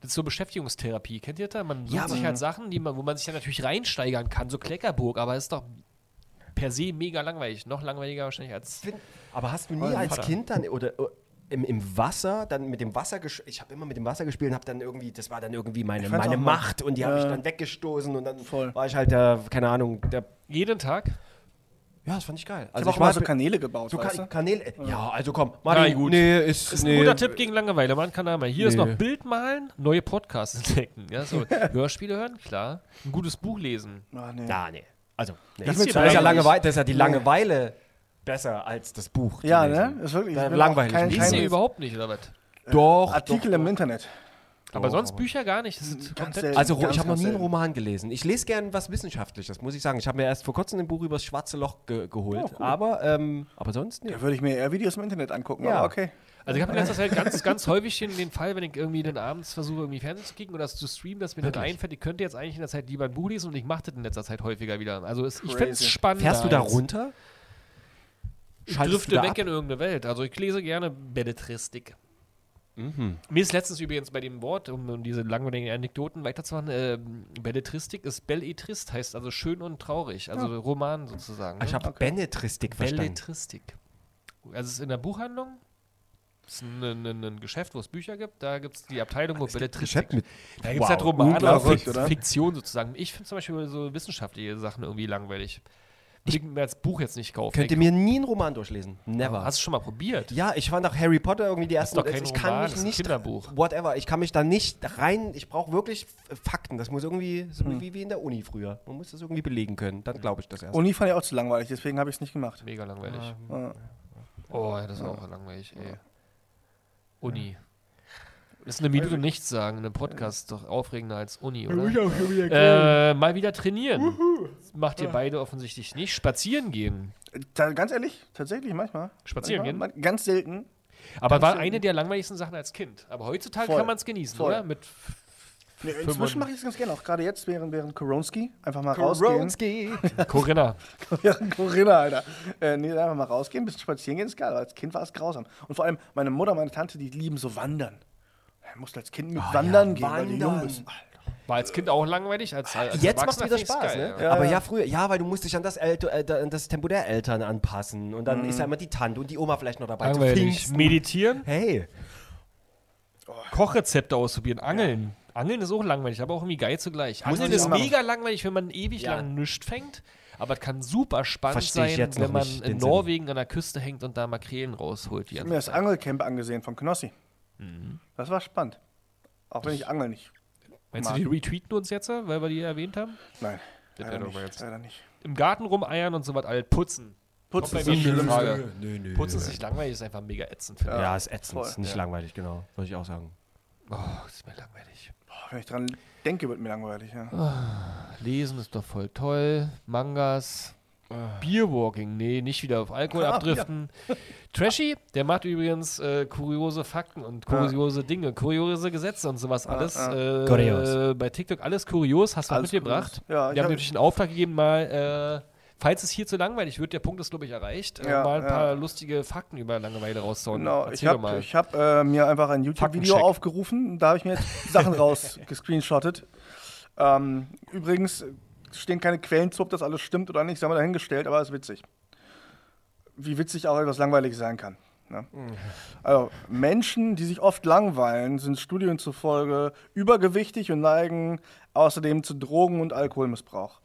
Speaker 1: das ist so Beschäftigungstherapie. Kennt ihr das? Man sucht sich halt Sachen, die man, wo man sich ja natürlich reinsteigern kann, so Kleckerburg, aber ist doch per se mega langweilig. Noch langweiliger wahrscheinlich als.
Speaker 2: Aber hast du nie
Speaker 1: Euren
Speaker 2: als
Speaker 1: Vater.
Speaker 2: Kind dann oder äh, im, im Wasser dann mit dem Wasser gesch ich habe immer mit dem Wasser gespielt und habe dann irgendwie das war dann irgendwie meine,
Speaker 3: fand's
Speaker 2: meine
Speaker 3: auch mal-
Speaker 2: Macht und die habe ich
Speaker 3: Ja.
Speaker 2: dann weggestoßen und dann
Speaker 3: Voll.
Speaker 2: war ich halt der keine Ahnung der
Speaker 1: Jeden Tag.
Speaker 2: ja das fand ich geil
Speaker 3: Ich
Speaker 2: also
Speaker 3: habe auch
Speaker 2: war
Speaker 3: mal so Kanäle gebaut,
Speaker 2: so
Speaker 3: weißt
Speaker 2: Ka
Speaker 3: du?
Speaker 2: Kanäle äh, ja also komm
Speaker 1: Na gut.
Speaker 2: nee ist,
Speaker 1: Ist ein
Speaker 2: nee,
Speaker 1: guter Tipp gegen Langeweile, man kann einmal. Hier ist
Speaker 2: Nee.
Speaker 1: noch Bild malen, neue Podcasts entdecken. Ja, so. Hörspiele hören, klar. Ein gutes Buch lesen.
Speaker 3: Ah, nee.
Speaker 2: na nee also nee.
Speaker 1: Das
Speaker 2: das,
Speaker 1: ist
Speaker 2: ist
Speaker 1: mir
Speaker 2: ja
Speaker 1: peinlich.
Speaker 2: Langeweile das ist ja die Langeweile besser als das Buch zu
Speaker 3: Ja,
Speaker 2: lesen.
Speaker 3: ne? Ist wirklich
Speaker 2: Da-
Speaker 3: ich bin
Speaker 2: langweilig.
Speaker 3: auch Kein,
Speaker 2: Lies
Speaker 1: Liest
Speaker 3: kein
Speaker 1: ihr überhaupt nicht, oder was?
Speaker 2: doch
Speaker 3: Artikel im Internet.
Speaker 1: Aber
Speaker 2: Doch,
Speaker 1: sonst
Speaker 2: aber-
Speaker 1: Bücher gar nicht. Das ist komplett
Speaker 3: selten.
Speaker 2: Also
Speaker 3: Ganz,
Speaker 2: ich habe noch
Speaker 3: ganz
Speaker 2: nie einen
Speaker 3: selten.
Speaker 2: Roman gelesen. Ich lese gern was Wissenschaftliches, muss ich sagen. Ich habe mir erst vor kurzem ein Buch über das schwarze Loch ge geholt. aber, ähm, aber sonst nicht.
Speaker 3: Da würde ich mir eher Videos im Internet angucken,
Speaker 2: Ja.
Speaker 3: aber okay.
Speaker 1: Also ich habe in letzter Zeit ganz, ganz häufig den, den Fall, wenn ich irgendwie dann abends versuche, irgendwie Fernsehen zu kicken oder zu streamen, dass mir dann einfällt, ich könnte jetzt eigentlich in der Zeit lieber ein Buch lesen und ich mache das in letzter Zeit häufiger wieder. Also es, ich finde es
Speaker 3: Crazy.
Speaker 1: spannend.
Speaker 2: Fährst du da runter?
Speaker 1: Ich
Speaker 2: Schaltest
Speaker 1: drifte
Speaker 2: du da
Speaker 1: weg
Speaker 2: ab?
Speaker 1: in irgendeine Welt. Also ich lese gerne Belletristik.
Speaker 2: Mhm.
Speaker 1: Mir ist letztens übrigens bei dem Wort, um, um diese langweiligen Anekdoten weiterzumachen, äh, Belletristik ist Belletrist, heißt also schön und traurig, also Roman sozusagen.
Speaker 2: Ah, Ich
Speaker 1: ne?
Speaker 2: habe Benetristik verstanden.
Speaker 1: Belletristik. Also es ist in der Buchhandlung. Es ist ein, ein, ein, ein Geschäft, wo es Bücher gibt. Da gibt es die Abteilung, wo Belletristik.
Speaker 2: Geschäft mit-
Speaker 1: da gibt es halt
Speaker 2: Wow,
Speaker 1: Romane oder
Speaker 3: unglaublich,
Speaker 1: Fikt-
Speaker 3: oder?
Speaker 1: Fiktion sozusagen. Ich finde zum Beispiel so wissenschaftliche Sachen irgendwie langweilig. Ich würde mir als Buch jetzt nicht kaufen.
Speaker 2: Könnte
Speaker 1: Ich-
Speaker 2: mir nie einen Roman durchlesen. Never.
Speaker 1: Hast du schon mal probiert?
Speaker 2: ja, ich fand auch Harry Potter irgendwie die ersten.
Speaker 1: doch kein
Speaker 2: ich kann
Speaker 1: Roman,
Speaker 2: mich
Speaker 1: das ist ein
Speaker 2: nicht.
Speaker 1: Kinderbuch.
Speaker 2: Whatever. Ich kann mich da nicht rein. Ich brauche wirklich F- äh, Fakten. Das muss irgendwie so wie, wie in der Uni früher. Man muss das irgendwie belegen können. Dann glaube ich das erst.
Speaker 3: Uni fand ich auch zu langweilig, deswegen habe ich es nicht gemacht.
Speaker 1: Mega langweilig.
Speaker 2: Mhm.
Speaker 3: Ja.
Speaker 1: Oh, ja, das war auch langweilig, ey. Uni. Ist eine
Speaker 2: Also-
Speaker 1: Minute nichts sagen, ein Podcast ist doch aufregender als Uni, oder? äh, mal wieder trainieren. Macht
Speaker 2: Ah.
Speaker 1: ihr beide offensichtlich nicht. Spazieren gehen.
Speaker 3: Da, ganz ehrlich, tatsächlich manchmal.
Speaker 1: Spazieren
Speaker 3: manchmal, gehen? Ganz selten.
Speaker 1: Aber war
Speaker 3: Spazieren.
Speaker 1: eine der langweiligsten Sachen als Kind. Aber heutzutage
Speaker 3: Voll.
Speaker 1: kann man es genießen,
Speaker 3: Voll.
Speaker 1: oder? Mit
Speaker 3: Nee,
Speaker 1: Fünfund-
Speaker 3: inzwischen mache ich es ganz gerne, auch gerade jetzt während, während Koronski. Einfach mal rausgehen.
Speaker 2: Koronski.
Speaker 1: Corinna.
Speaker 3: Während Corinna, Alter. Äh, nee, einfach mal rausgehen, ein bisschen spazieren gehen, ist geil. Aber als Kind war es grausam. Und vor allem, meine Mutter, meine Tante, die lieben so wandern. Du musst als Kind mit wandern gehen, weil du jung
Speaker 2: Oh Wandern.
Speaker 3: bist.
Speaker 1: War als Kind auch langweilig. Als, als
Speaker 2: Jetzt macht es
Speaker 1: Erwachsener
Speaker 2: wieder
Speaker 1: find's
Speaker 2: Spaß,
Speaker 1: geil,
Speaker 2: ne?
Speaker 1: ja.
Speaker 2: Aber ja, früher, ja, weil du musst dich an das, El äh, an das Tempo der Eltern anpassen und dann ist ja immer die Tante und die Oma vielleicht noch dabei. zu
Speaker 1: Langweilig.
Speaker 2: Pfingsten.
Speaker 1: Meditieren.
Speaker 2: Hey,
Speaker 1: Kochrezepte ausprobieren, angeln. Angeln ist auch langweilig, aber auch irgendwie geil zugleich.
Speaker 2: Muss
Speaker 1: Angeln
Speaker 2: ich
Speaker 1: ist
Speaker 2: auch machen.
Speaker 1: mega langweilig, wenn man ewig
Speaker 2: Ja.
Speaker 1: lang nichts fängt. Aber es kann super spannend
Speaker 2: Versteh ich
Speaker 1: sein,
Speaker 2: jetzt
Speaker 1: wenn
Speaker 2: noch
Speaker 1: man
Speaker 2: nicht
Speaker 1: in
Speaker 2: den Sinn.
Speaker 1: Norwegen an der Küste hängt und da Makrelen rausholt. Die
Speaker 3: Ich Mhm. habe mir das Angelcamp angesehen von Knossi. Das war spannend. Auch wenn ich Angeln nicht.
Speaker 1: Meinst du, die retweeten uns jetzt, weil wir die erwähnt haben?
Speaker 3: Nein.
Speaker 1: Das
Speaker 3: Leider
Speaker 1: wäre doch mal
Speaker 3: nicht.
Speaker 1: jetzt.
Speaker 3: Leider nicht.
Speaker 1: Im Garten rumeiern und so was, alles putzen.
Speaker 3: Putzen
Speaker 1: Kommt
Speaker 3: ist
Speaker 1: bei
Speaker 3: das
Speaker 1: mir nicht in
Speaker 3: Schlimmste.
Speaker 1: Frage. Putzen ist nicht langweilig, ist einfach mega ätzend, finde
Speaker 2: ja,
Speaker 1: ich.
Speaker 2: ist ätzend,
Speaker 3: voll.
Speaker 2: ist nicht langweilig, genau, würde ich auch sagen.
Speaker 1: Oh, ist mir langweilig.
Speaker 3: Boah, Wenn ich dran denke, wird mir langweilig. Ja.
Speaker 1: Lesen ist doch voll toll. Mangas.
Speaker 3: Ah.
Speaker 1: Beerwalking, nee, nicht wieder auf Alkohol abdriften. Trashy, der macht übrigens äh, kuriose Fakten und
Speaker 3: Ah.
Speaker 1: kuriose Dinge, kuriose Gesetze und sowas alles. Äh,
Speaker 2: Kurios.
Speaker 1: bei TikTok alles kurios, hast du
Speaker 3: Alles
Speaker 1: mitgebracht.
Speaker 3: kurios. Ja,
Speaker 1: Wir
Speaker 3: ich
Speaker 1: haben
Speaker 3: hab-
Speaker 1: natürlich einen Auftrag gegeben, mal, äh, falls es hier zu langweilig wird, der Punkt ist, glaube ich, erreicht, äh,
Speaker 3: Ja,
Speaker 1: mal ein
Speaker 3: ja.
Speaker 1: paar lustige Fakten über Langeweile rauszuhauen.
Speaker 3: Genau, ich
Speaker 1: Erzähl doch
Speaker 3: habe
Speaker 1: mal.
Speaker 3: ich hab, äh, mir einfach ein YouTube-Video
Speaker 1: Faktencheck.
Speaker 3: aufgerufen. und Da habe ich mir jetzt Sachen rausgescreenshottet. Ähm, übrigens stehen keine Quellen zu, ob das alles stimmt oder nicht. Das haben wir dahingestellt, aber ist witzig. Wie witzig auch etwas langweilig sein kann. Ne?
Speaker 1: Mhm.
Speaker 3: Also, Menschen, die sich oft langweilen, sind Studien zufolge übergewichtig und neigen außerdem zu Drogen- und Alkoholmissbrauch.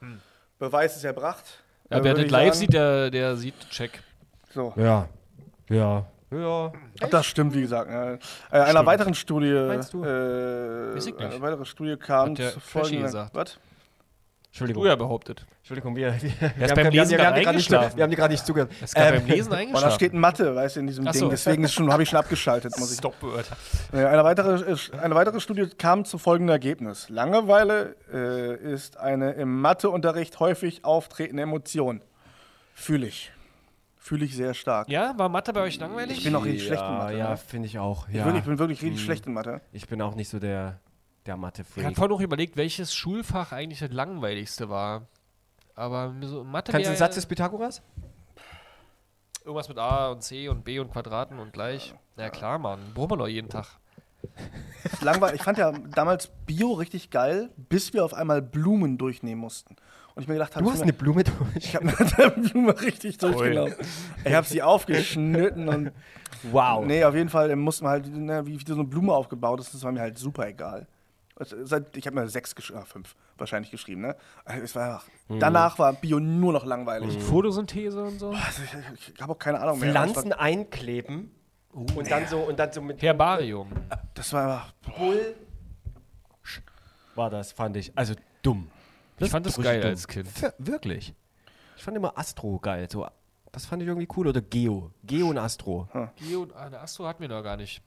Speaker 3: Beweis ist erbracht.
Speaker 1: Hm. ja,
Speaker 3: Äh,
Speaker 1: wer
Speaker 3: würde
Speaker 1: das
Speaker 3: ich
Speaker 1: live
Speaker 3: sagen.
Speaker 1: sieht, der, der sieht Check.
Speaker 3: So.
Speaker 2: Ja, ja, Ja.
Speaker 3: Ach, das stimmt, wie gesagt. Ne? Äh, einer weiteren Studie.
Speaker 1: Meinst du?
Speaker 3: Äh,
Speaker 1: Weiß ich nicht.
Speaker 3: Eine weitere Studie kam
Speaker 1: Hat der
Speaker 3: zu
Speaker 1: Freschi
Speaker 3: folgenden.
Speaker 1: gesagt.
Speaker 3: Was?
Speaker 2: Entschuldigung.
Speaker 3: Oh
Speaker 1: Du ja behauptet.
Speaker 2: Entschuldigung, wir, wir, wir,
Speaker 1: ist
Speaker 2: haben,
Speaker 1: beim Lesen
Speaker 2: grad- wir, haben,
Speaker 1: gerade
Speaker 2: wir, haben die grad nicht,
Speaker 1: eingeschlafen.
Speaker 2: wir haben die gerade nicht zugehört.
Speaker 1: Es gab
Speaker 2: Ähm,
Speaker 1: beim Lesen
Speaker 3: Boah, da steht
Speaker 1: eingeschlafen.
Speaker 3: ein Mathe, weißt du, in diesem
Speaker 1: Ach
Speaker 3: Ding.
Speaker 1: so.
Speaker 3: Deswegen ist schon- habe ich schon abgeschaltet, muss ich
Speaker 1: Stopword.
Speaker 3: Äh, Eine weitere, äh, eine weitere Studie kam zu folgendem Ergebnis. Langeweile äh, ist eine im Matheunterricht häufig auftretende Emotion. Fühle ich. Fühle ich sehr stark.
Speaker 1: Ja, war Mathe bei euch langweilig?
Speaker 3: Ich bin auch richtig
Speaker 2: ja,
Speaker 3: schlecht in Mathe.
Speaker 2: Ja,
Speaker 3: ne?
Speaker 2: finde ich auch.
Speaker 3: Ich,
Speaker 2: Ja. Hm,
Speaker 3: wirklich, ich bin wirklich
Speaker 1: Mhm.
Speaker 3: richtig schlecht in Mathe.
Speaker 2: Ich bin auch nicht so der, der
Speaker 1: Ich habe
Speaker 2: Mathe-Freak.
Speaker 1: vorhin noch überlegt, welches Schulfach eigentlich das langweiligste war. Aber mir so Mathe
Speaker 2: Kannst du
Speaker 1: wär-
Speaker 2: den Satz des Pythagoras?
Speaker 1: Irgendwas mit A und C und B und Quadraten und gleich. Na klar, Mann. Brummen doch jeden Tag.
Speaker 3: Das ist langweilig. Ich fand ja damals Bio richtig geil, bis wir auf einmal Blumen durchnehmen mussten. Und ich mir gedacht habe,
Speaker 2: Du hast eine Blume durch.
Speaker 3: ich habe mit der Blume richtig durchgenommen. Ich habe sie aufgeschnitten und
Speaker 2: Wow.
Speaker 3: Nee, auf jeden Fall äh, mussten wir halt, ne, wie, wie so eine Blume aufgebaut ist, das war mir halt super egal. Also, Seit, ich habe mir sechs, gesch- ah, fünf wahrscheinlich geschrieben, ne? Also, es war einfach,
Speaker 2: Mhm.
Speaker 3: Danach war Bio nur noch langweilig.
Speaker 1: Photosynthese und so.
Speaker 3: Also, ich ich habe auch keine Ahnung mehr. Uh,
Speaker 2: Pflanzen einkleben und dann so und dann so mit
Speaker 1: Herbarium.
Speaker 3: Das war, das war einfach,
Speaker 2: Bull war das, fand ich. Also dumm.
Speaker 1: Ich fand das
Speaker 2: ist
Speaker 1: geil
Speaker 2: dumm.
Speaker 1: als Kind.
Speaker 2: Wir- wirklich. Ich fand immer Astro geil. So, das fand ich irgendwie cool. Oder Geo. Geo und Astro.
Speaker 3: Hm.
Speaker 1: Geo und ah, ne, Astro hatten wir noch gar nicht.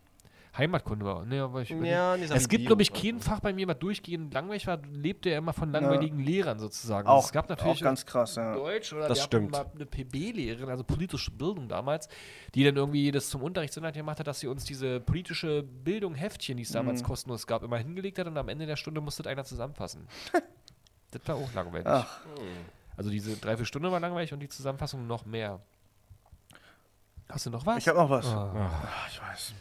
Speaker 1: Heimatkunde war. Ne, aber ich
Speaker 2: Ja, nee,
Speaker 1: überleg-
Speaker 2: sag
Speaker 1: es
Speaker 2: ich
Speaker 1: gibt,
Speaker 2: Bio
Speaker 1: glaube ich,
Speaker 2: oder
Speaker 1: kein Fach bei mir, was durchgehend langweilig war. Lebte ja immer von langweiligen Lehrern sozusagen.
Speaker 3: auch,
Speaker 1: es gab natürlich
Speaker 3: auch ganz krass, ja.
Speaker 1: Deutsch oder
Speaker 2: Das
Speaker 1: wir
Speaker 2: stimmt.
Speaker 1: hatten mal eine PB-Lehrerin, also politische Bildung damals, die dann irgendwie das zum Unterrichtsinhalt gemacht hat, dass sie uns diese politische Bildung Heftchen, die es damals
Speaker 3: Mhm.
Speaker 1: kostenlos gab, immer hingelegt hat und am Ende der Stunde musste das einer zusammenfassen. das war auch langweilig.
Speaker 3: Ach.
Speaker 1: Also diese drei, vier Stunden war langweilig und die Zusammenfassung noch mehr. Hast du noch was?
Speaker 3: Ich habe noch was.
Speaker 1: Ah.
Speaker 3: Ach, ich weiß.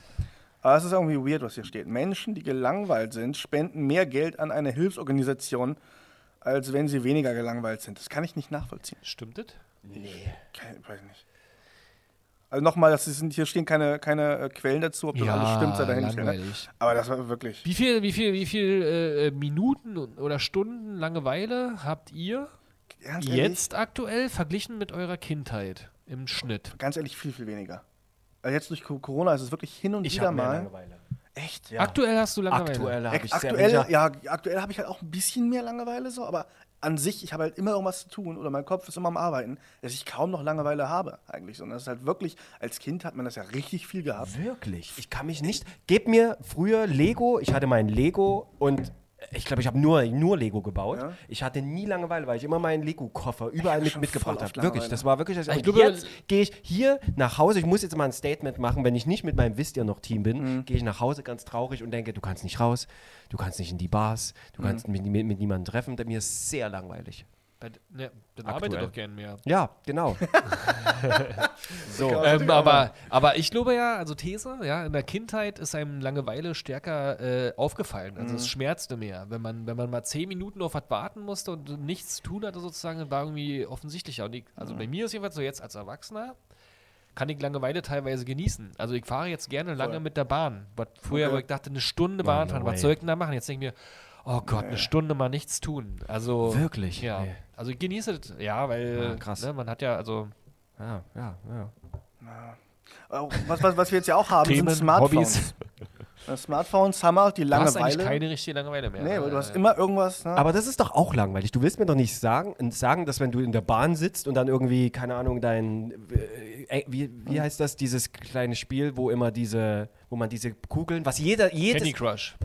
Speaker 3: Aber es ist irgendwie weird, was hier steht. Menschen, die gelangweilt sind, spenden mehr Geld an eine Hilfsorganisation, als wenn sie weniger gelangweilt sind. Das kann ich nicht nachvollziehen.
Speaker 1: Stimmt das?
Speaker 3: Kein, weiß nicht. Also nochmal, das sind, hier stehen keine, keine äh, Quellen dazu, ob das alles stimmt, sei dahingestellt. Ne?
Speaker 1: langweilig.
Speaker 3: Aber das war wirklich.
Speaker 1: Wie viel, wie viel, wie viel äh, Minuten oder Stunden Langeweile habt ihr
Speaker 3: Ganz ehrlich,
Speaker 1: jetzt aktuell verglichen mit eurer Kindheit im Schnitt?
Speaker 3: Ganz ehrlich, viel, viel weniger. Also jetzt durch Co- Corona ist es wirklich hin und
Speaker 2: Ich
Speaker 3: wieder
Speaker 2: habe mehr
Speaker 3: mal.
Speaker 2: Langeweile.
Speaker 3: Echt?
Speaker 1: Aktuell hast du Langeweile.
Speaker 2: Aktuell habe
Speaker 3: Ak
Speaker 2: ich
Speaker 3: aktuell,
Speaker 2: sehr
Speaker 3: ja, aktuell habe ich halt auch ein bisschen mehr Langeweile so, aber an sich, ich habe halt immer irgendwas zu tun oder mein Kopf ist immer am Arbeiten, dass ich kaum noch Langeweile habe eigentlich. Und das ist halt wirklich, als Kind hat man das ja richtig viel gehabt.
Speaker 2: Wirklich? Ich kann mich nicht. Gebt mir früher Lego. Ich hatte mein Lego und ich glaube, ich habe nur, nur Lego gebaut. Ich hatte nie Langeweile, weil ich immer meinen Lego-Koffer überall mit,
Speaker 3: schon
Speaker 2: mitgebracht
Speaker 3: voll oft
Speaker 2: habe. Wirklich,
Speaker 3: Langeweile.
Speaker 2: das war wirklich. Das
Speaker 1: Ich
Speaker 2: und
Speaker 1: glaube-
Speaker 2: jetzt gehe ich hier nach Hause. Ich muss jetzt mal ein Statement machen. Wenn ich nicht mit meinem Wisst ihr noch Team bin,
Speaker 3: Mhm.
Speaker 2: gehe ich nach Hause ganz traurig und denke, du kannst nicht raus, du kannst nicht in die Bars, du
Speaker 3: Mhm.
Speaker 2: kannst mit, mit, mit niemandem treffen. Denn mir ist sehr langweilig.
Speaker 1: Bei, ne, dann arbeite
Speaker 2: Aktuell.
Speaker 1: doch gern mehr.
Speaker 2: Ja, genau. so.
Speaker 1: Ähm, aber, aber ich glaube ja, also These, ja, in der Kindheit ist einem Langeweile stärker äh, aufgefallen. Also
Speaker 2: Mhm.
Speaker 1: es schmerzte mehr. Wenn man, wenn man mal zehn Minuten auf was warten musste und nichts tun hatte, sozusagen, dann war irgendwie offensichtlicher. Und ich, also
Speaker 2: Mhm.
Speaker 1: bei mir ist jedenfalls so jetzt als Erwachsener kann ich Langeweile teilweise genießen. Also ich fahre jetzt gerne lange mit der Bahn. Was früher, wo ich dachte, eine Stunde Bahn
Speaker 2: no
Speaker 1: fahren,
Speaker 2: way.
Speaker 1: was soll ich denn da machen? Jetzt denke ich mir, oh Gott, eine Stunde mal nichts tun. Also
Speaker 2: Wirklich?
Speaker 1: Ja.
Speaker 2: Nee.
Speaker 1: Also ich genieße das, ja, weil
Speaker 2: Ah, krass.
Speaker 1: Ne, man hat ja, also
Speaker 2: Ja, Ah, ja, ja.
Speaker 3: Auch Äh, Was, was, was wir jetzt ja auch haben, sind
Speaker 1: Themen,
Speaker 3: Smartphones. Äh, Smartphones haben halt die
Speaker 1: Du hast
Speaker 3: Langeweile.
Speaker 1: eigentlich keine richtige Langeweile mehr.
Speaker 3: Nee, weil du
Speaker 1: Äh,
Speaker 3: hast immer irgendwas. Ne?
Speaker 2: Aber das ist doch auch langweilig. Du willst mir doch nicht sagen, sagen dass wenn du in der Bahn sitzt und dann irgendwie, keine Ahnung, dein, äh, wie, wie heißt das, dieses kleine Spiel, wo immer diese, wo man diese Kugeln, was jeder, jedes,
Speaker 1: Candy Crush.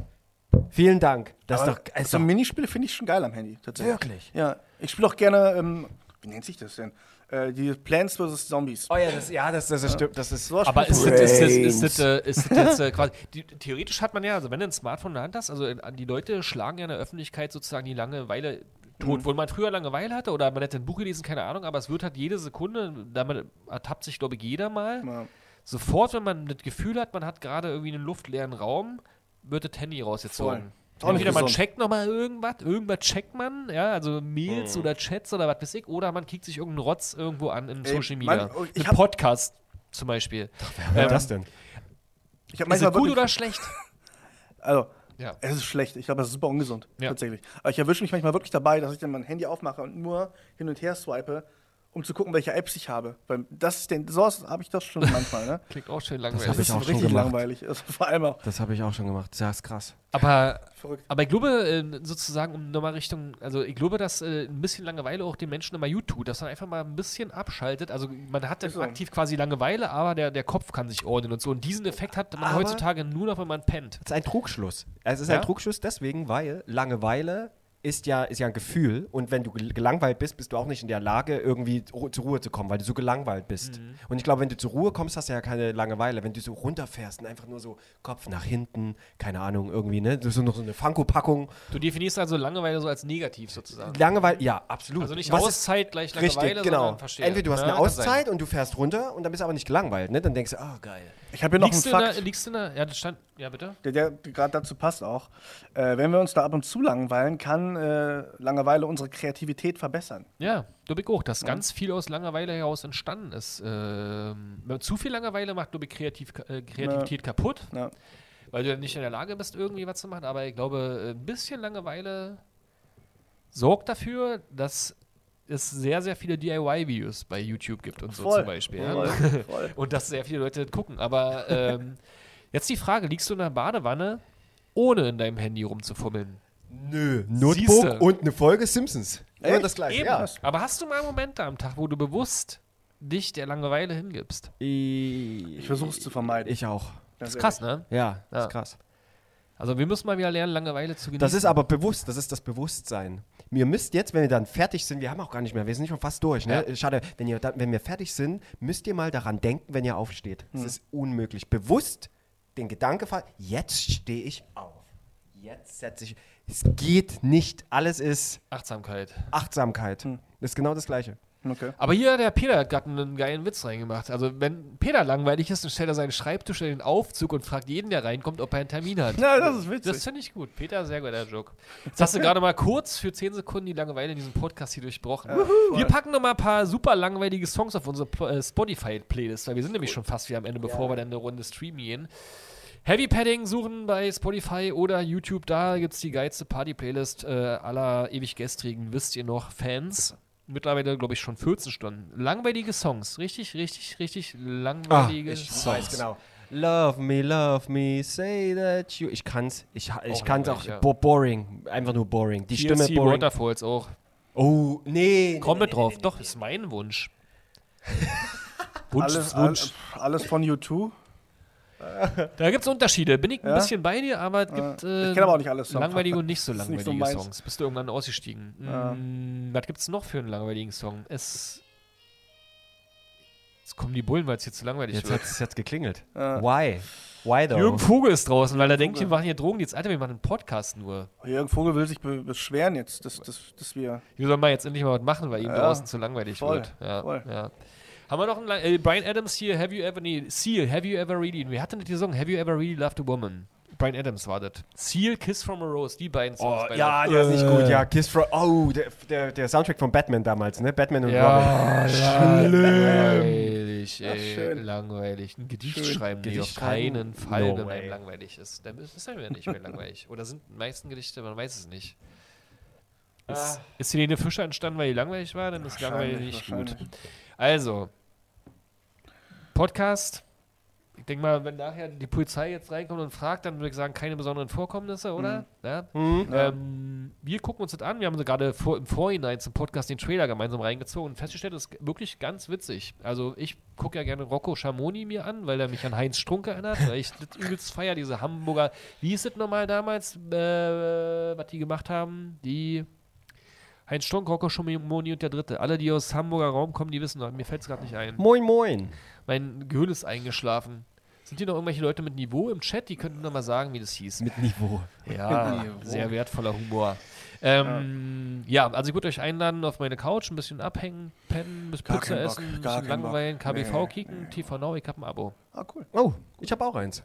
Speaker 2: vielen Dank. Das
Speaker 3: Aber
Speaker 2: ist doch, ist
Speaker 3: so
Speaker 2: doch
Speaker 3: Minispiele finde ich schon geil am Handy, tatsächlich.
Speaker 2: Wirklich?
Speaker 3: Ja. Ich spiele auch gerne, ähm, wie nennt sich das denn? Äh, die Plants vs. Zombies.
Speaker 2: oh ja, das, ja, das, das, das stimmt, das ist,
Speaker 3: Sowas
Speaker 1: Aber
Speaker 3: spiel
Speaker 1: ist
Speaker 3: ich
Speaker 1: das,
Speaker 3: auch.
Speaker 1: ist das, ist das, äh, ist das jetzt äh, quasi. Die, theoretisch hat man ja, also wenn du ein Smartphone in der Hand hast, also in, die Leute schlagen ja in der Öffentlichkeit sozusagen die Langeweile tot. Wo man früher Langeweile hatte oder man hätte ein Buch gelesen, keine Ahnung, aber es wird halt jede Sekunde, damit ertappt sich, glaube ich, jeder mal.
Speaker 3: Ja.
Speaker 1: Sofort, wenn man das Gefühl hat, man hat gerade irgendwie einen luftleeren Raum, wird das Handy rausgezogen.
Speaker 3: Voll. Ist auch nicht
Speaker 1: Entweder man
Speaker 3: gesund.
Speaker 1: checkt nochmal irgendwas, irgendwas checkt man, ja, also Mails
Speaker 3: Mhm.
Speaker 1: oder Chats oder was weiß ich, oder man kickt sich irgendeinen Rotz irgendwo an in
Speaker 3: Ey,
Speaker 1: Social
Speaker 3: Mann,
Speaker 1: Media.
Speaker 3: oh, ich
Speaker 1: Ein
Speaker 3: hab-
Speaker 1: Podcast zum Beispiel.
Speaker 2: wer
Speaker 1: Ähm,
Speaker 2: das denn?
Speaker 3: Ich habe
Speaker 1: Ist es
Speaker 3: manchmal
Speaker 1: gut
Speaker 3: wirklich,
Speaker 1: oder schlecht?
Speaker 3: also,
Speaker 1: Ja.
Speaker 3: es ist schlecht. Ich glaube, es ist super ungesund,
Speaker 1: Ja.
Speaker 3: tatsächlich. Aber ich erwische mich manchmal wirklich dabei, dass ich dann mein Handy aufmache und nur hin und her swipe um zu gucken, welche Apps ich habe. Weil das ist den, so habe ich das schon manchmal, ne?
Speaker 1: Klingt auch schön
Speaker 3: Das
Speaker 1: langweilig.
Speaker 2: hab ich
Speaker 3: ist
Speaker 2: auch schon
Speaker 3: richtig
Speaker 2: gemacht.
Speaker 3: langweilig. Also vor allem auch.
Speaker 2: Das habe ich auch schon gemacht. Ja, ist krass.
Speaker 1: Aber,
Speaker 3: Verrückt.
Speaker 1: aber ich glaube, äh, sozusagen, um nochmal Richtung, also ich glaube, dass äh, ein bisschen Langeweile auch den Menschen immer gut tut, dass man einfach mal ein bisschen abschaltet. Also man hat dann
Speaker 3: Ist so.
Speaker 1: aktiv quasi Langeweile, aber der, der Kopf kann sich ordnen und so. Und diesen Effekt hat man
Speaker 2: Aber-
Speaker 1: heutzutage nur noch, wenn man pennt.
Speaker 2: Das ist ein Trugschluss. Es ist
Speaker 1: Ja?
Speaker 2: ein Trugschluss deswegen, weil Langeweile ist ja, ist ja ein Gefühl und wenn du gel- gelangweilt bist, bist du auch nicht in der Lage, irgendwie ru- zur Ruhe zu kommen, weil du so gelangweilt bist.
Speaker 1: Mhm.
Speaker 2: Und ich glaube, wenn du zur Ruhe kommst, hast du ja keine Langeweile. Wenn du so runterfährst und einfach nur so Kopf nach hinten, keine Ahnung, irgendwie, ne? So noch so eine Funko-Packung.
Speaker 1: Du definierst also Langeweile so als negativ sozusagen.
Speaker 2: Langeweile, ja, absolut.
Speaker 1: Also nicht
Speaker 2: Was ist-
Speaker 1: Auszeit gleich Langeweile,
Speaker 2: Richtig, genau.
Speaker 1: sondern verstehe.
Speaker 2: Entweder du hast
Speaker 1: Ja,
Speaker 2: eine
Speaker 1: kann sein.
Speaker 2: Auszeit und du fährst runter und dann bist du aber nicht gelangweilt, ne? Dann denkst du, ah, geil.
Speaker 3: Ich habe hier noch
Speaker 1: Liegst du, in
Speaker 3: einen Fakt.
Speaker 1: der, liegst du in der, ja, das stand, ja bitte?
Speaker 3: der, der gerade dazu passt auch. Äh, wenn wir uns da ab und zu langweilen, kann äh, Langeweile unsere Kreativität verbessern.
Speaker 1: Ja, glaube ich auch, dass ganz viel aus Langeweile heraus entstanden ist. Ähm, wenn zu viel Langeweile macht, glaube ich, Kreativ, äh, Kreativität kaputt,
Speaker 3: Ja.
Speaker 1: weil du dann nicht in der Lage bist, irgendwie was zu machen. Aber ich glaube, ein bisschen Langeweile sorgt dafür, dass es sehr, sehr viele DIY-Videos bei YouTube gibt und so
Speaker 3: Voll.
Speaker 1: zum Beispiel. Ja?
Speaker 3: Voll, voll.
Speaker 1: Und dass sehr viele Leute das gucken. Aber ähm, jetzt die Frage, liegst du in der Badewanne, ohne in deinem Handy rumzufummeln?
Speaker 2: Nö,
Speaker 1: Siehste.
Speaker 2: Notebook und eine Folge Simpsons. Immer
Speaker 3: Echt?
Speaker 2: das gleiche.
Speaker 1: Eben.
Speaker 2: Ja.
Speaker 1: Aber hast du mal Momente am Tag, wo du bewusst dich der Langeweile hingibst?
Speaker 2: Ich
Speaker 3: Ich versuche es zu vermeiden.
Speaker 2: Ich auch.
Speaker 1: Das ist krass, ne?
Speaker 2: Ja, das
Speaker 1: Ja.
Speaker 2: ist krass.
Speaker 1: Also wir müssen mal wieder lernen, Langeweile zu genießen.
Speaker 2: Das ist aber bewusst, das ist das Bewusstsein. Ihr müsst jetzt, wenn wir dann fertig sind, wir haben auch gar nicht mehr, wir sind schon fast durch, ne? Schade, wenn, ihr dann, wenn wir fertig sind, müsst ihr mal daran denken, wenn ihr aufsteht. Es ist unmöglich. Bewusst den Gedanke, fa- jetzt stehe ich auf. Jetzt setze ich. Es geht nicht. Alles ist
Speaker 1: Achtsamkeit.
Speaker 2: Achtsamkeit. Das ist genau das Gleiche.
Speaker 3: Okay.
Speaker 1: Aber hier, der Peter hat gerade einen geilen Witz reingemacht. Also wenn Peter langweilig ist, dann stellt er seinen Schreibtisch in den Aufzug und fragt jeden, der reinkommt, ob er einen Termin hat.
Speaker 3: Ja, das ist
Speaker 1: Das
Speaker 3: witzig.
Speaker 1: finde ich gut. Peter, sehr guter Joke. Jetzt hast du gerade mal kurz für 10 Sekunden die Langeweile in diesem Podcast hier durchbrochen. wir packen noch mal ein paar super langweilige Songs auf unsere Pl- äh, Spotify-Playlist, weil wir sind nämlich schon fast wieder am Ende, bevor wir dann eine Runde streamen gehen. Heavy Padding suchen bei Spotify oder YouTube, da gibt es die geilste Party-Playlist äh, aller ewig gestrigen, wisst ihr noch, Fans. Mittlerweile, glaube ich, schon 14 Stunden. Langweilige Songs. Richtig, richtig, richtig
Speaker 2: Ah,
Speaker 1: langweilige Songs.
Speaker 2: genau. Love me, love me, say that you. Ich kann's, ich, ha- ich
Speaker 1: Auch
Speaker 2: kann's auch.
Speaker 1: langweilig, ja.
Speaker 2: Oh, bo- Boring, einfach nur boring. Die Stimme
Speaker 1: TLC
Speaker 2: boring.
Speaker 1: Waterfalls auch.
Speaker 2: Oh, nee.
Speaker 1: Komm mit drauf. Doch, ist mein Wunsch. Wunsch
Speaker 3: Alles,
Speaker 1: ist Wunsch.
Speaker 3: alles, alles von U2.
Speaker 1: Da gibt es Unterschiede. Bin ich ein
Speaker 3: Ja?
Speaker 1: bisschen bei dir, aber es gibt äh,
Speaker 3: Ich kenn aber auch nicht alle Songs.
Speaker 1: langweilige und nicht so
Speaker 3: Ist nicht
Speaker 1: langweilige
Speaker 3: so meins.
Speaker 1: Songs. Bist du irgendwann ausgestiegen?
Speaker 3: Ja.
Speaker 1: Mm, was gibt es noch für einen langweiligen Song? Es. Jetzt kommen die Bullen, weil es hier zu langweilig
Speaker 2: Jetzt
Speaker 1: wird.
Speaker 2: hat's, jetzt geklingelt.
Speaker 3: Ja.
Speaker 2: Why? Why though?
Speaker 1: Jürgen Vogel ist draußen, weil er denkt, wir machen hier Drogen. Jetzt, Alter, wir machen einen Podcast nur.
Speaker 3: Jürgen Vogel will sich be beschweren jetzt, dass, dass, dass wir.
Speaker 1: Wir sollen mal jetzt endlich mal was machen, weil ihm
Speaker 3: Ja.
Speaker 1: draußen zu langweilig
Speaker 3: Voll,
Speaker 1: wird. Ja,
Speaker 3: voll.
Speaker 1: Ja. Haben wir noch einen lang- äh, Brian Adams hier, Have You Ever nee, Seal, Have You Ever Really? Wir hatten die Song Have You Ever Really Loved a Woman. Brian Adams war das. Seal, Kiss from a Rose, die beiden Songs.
Speaker 2: Oh,
Speaker 1: bei
Speaker 2: ja,
Speaker 1: Love.
Speaker 2: der ist nicht gut. Ja, Kiss from. Oh, der, der, der Soundtrack von Batman damals, ne? Batman und Robin.
Speaker 1: ja, langweilig, ey,
Speaker 3: schön.
Speaker 1: langweilig. Ein Gedicht schreiben, die
Speaker 2: Gedicht
Speaker 1: auf
Speaker 2: schreiben?
Speaker 1: keinen Fall,
Speaker 2: No
Speaker 1: wenn
Speaker 2: way.
Speaker 1: man langweilig ist. Dann ist er ja nicht mehr langweilig. Oder sind die meisten Gedichte, man weiß es nicht.
Speaker 2: Ah.
Speaker 1: Ist, ist Helene Fischer entstanden, weil die langweilig war? Dann ist langweilig nicht gut. Also, Podcast. Ich denke mal, wenn nachher die Polizei jetzt reinkommt und fragt, dann würde ich sagen, keine besonderen Vorkommnisse, oder? Ja?
Speaker 2: Hm?
Speaker 1: Ähm, wir gucken uns das an. Wir haben so gerade vor, im Vorhinein zum Podcast den Trailer gemeinsam reingezogen und festgestellt, das ist wirklich ganz witzig. Also ich gucke ja gerne Rocco Schamoni mir an, weil er mich an Heinz Strunk erinnert, weil ich das übelst feier, diese Hamburger. Wie ist das nochmal damals, äh, was die gemacht haben? Die Heinz Strunk, Rocco Schamoni und der Dritte. Alle, die aus Hamburger Raum kommen, die wissen, noch, mir fällt es gerade nicht ein.
Speaker 2: Moin, moin.
Speaker 1: Mein Gehirn ist eingeschlafen. Sind hier noch irgendwelche Leute mit Niveau im Chat? Die könnten noch mal sagen, wie das hieß.
Speaker 2: Mit Niveau.
Speaker 1: ja, sehr wertvoller Humor. Ähm, ja. also ich würde euch einladen auf meine Couch, ein bisschen abhängen, pennen, ein bisschen
Speaker 3: Gar
Speaker 1: Pizza
Speaker 3: keinen Bock,
Speaker 1: essen, ein
Speaker 3: gar
Speaker 1: bisschen
Speaker 3: keinen Bock.
Speaker 1: langweilen, KBV
Speaker 3: Nee,
Speaker 1: kicken, TV Now, ich hab ein Abo.
Speaker 3: Ah, cool,
Speaker 2: Oh, ich habe auch eins.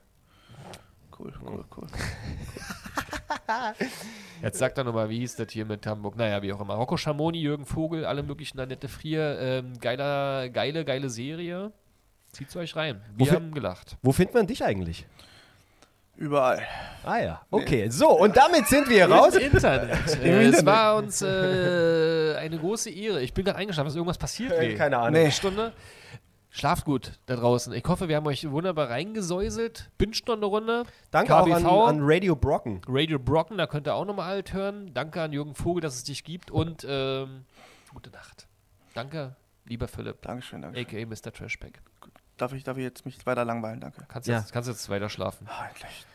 Speaker 3: cool, cool, cool.
Speaker 1: Jetzt sagt er nochmal, wie hieß das hier mit Hamburg? Naja, wie auch immer. Rocco Schamoni, Jürgen Vogel, alle möglichen Annette Frier, ähm, geiler, geile, geile Serie. Zieht's euch rein. Wir
Speaker 2: Wofür-
Speaker 1: haben gelacht.
Speaker 2: Wo findet man dich eigentlich?
Speaker 3: Überall.
Speaker 2: Ah ja, okay. So, und damit sind wir raus.
Speaker 1: Im Internet. Äh, es war uns äh, eine große Ehre. Ich bin gerade eingeschlafen. Ist irgendwas passiert?
Speaker 2: Äh, Keine Ahnung.
Speaker 1: Eine Stunde. Schlaft gut da draußen. Ich hoffe, wir haben euch wunderbar reingesäuselt. Binscht noch eine Runde.
Speaker 2: Danke auch an, an Radio Brocken.
Speaker 1: Radio Brocken, da könnt ihr auch nochmal alt hören. Danke an Jürgen Vogel, dass es dich gibt. Und ähm, gute Nacht. Danke, lieber Philipp,
Speaker 3: Dankeschön, danke.
Speaker 1: a.k.a. Mr. Trashback.
Speaker 3: Darf ich, darf ich jetzt mich weiter langweilen? Danke.
Speaker 1: Kannst,
Speaker 2: Ja.
Speaker 1: jetzt, kannst jetzt weiter schlafen.
Speaker 3: Ah, gleich.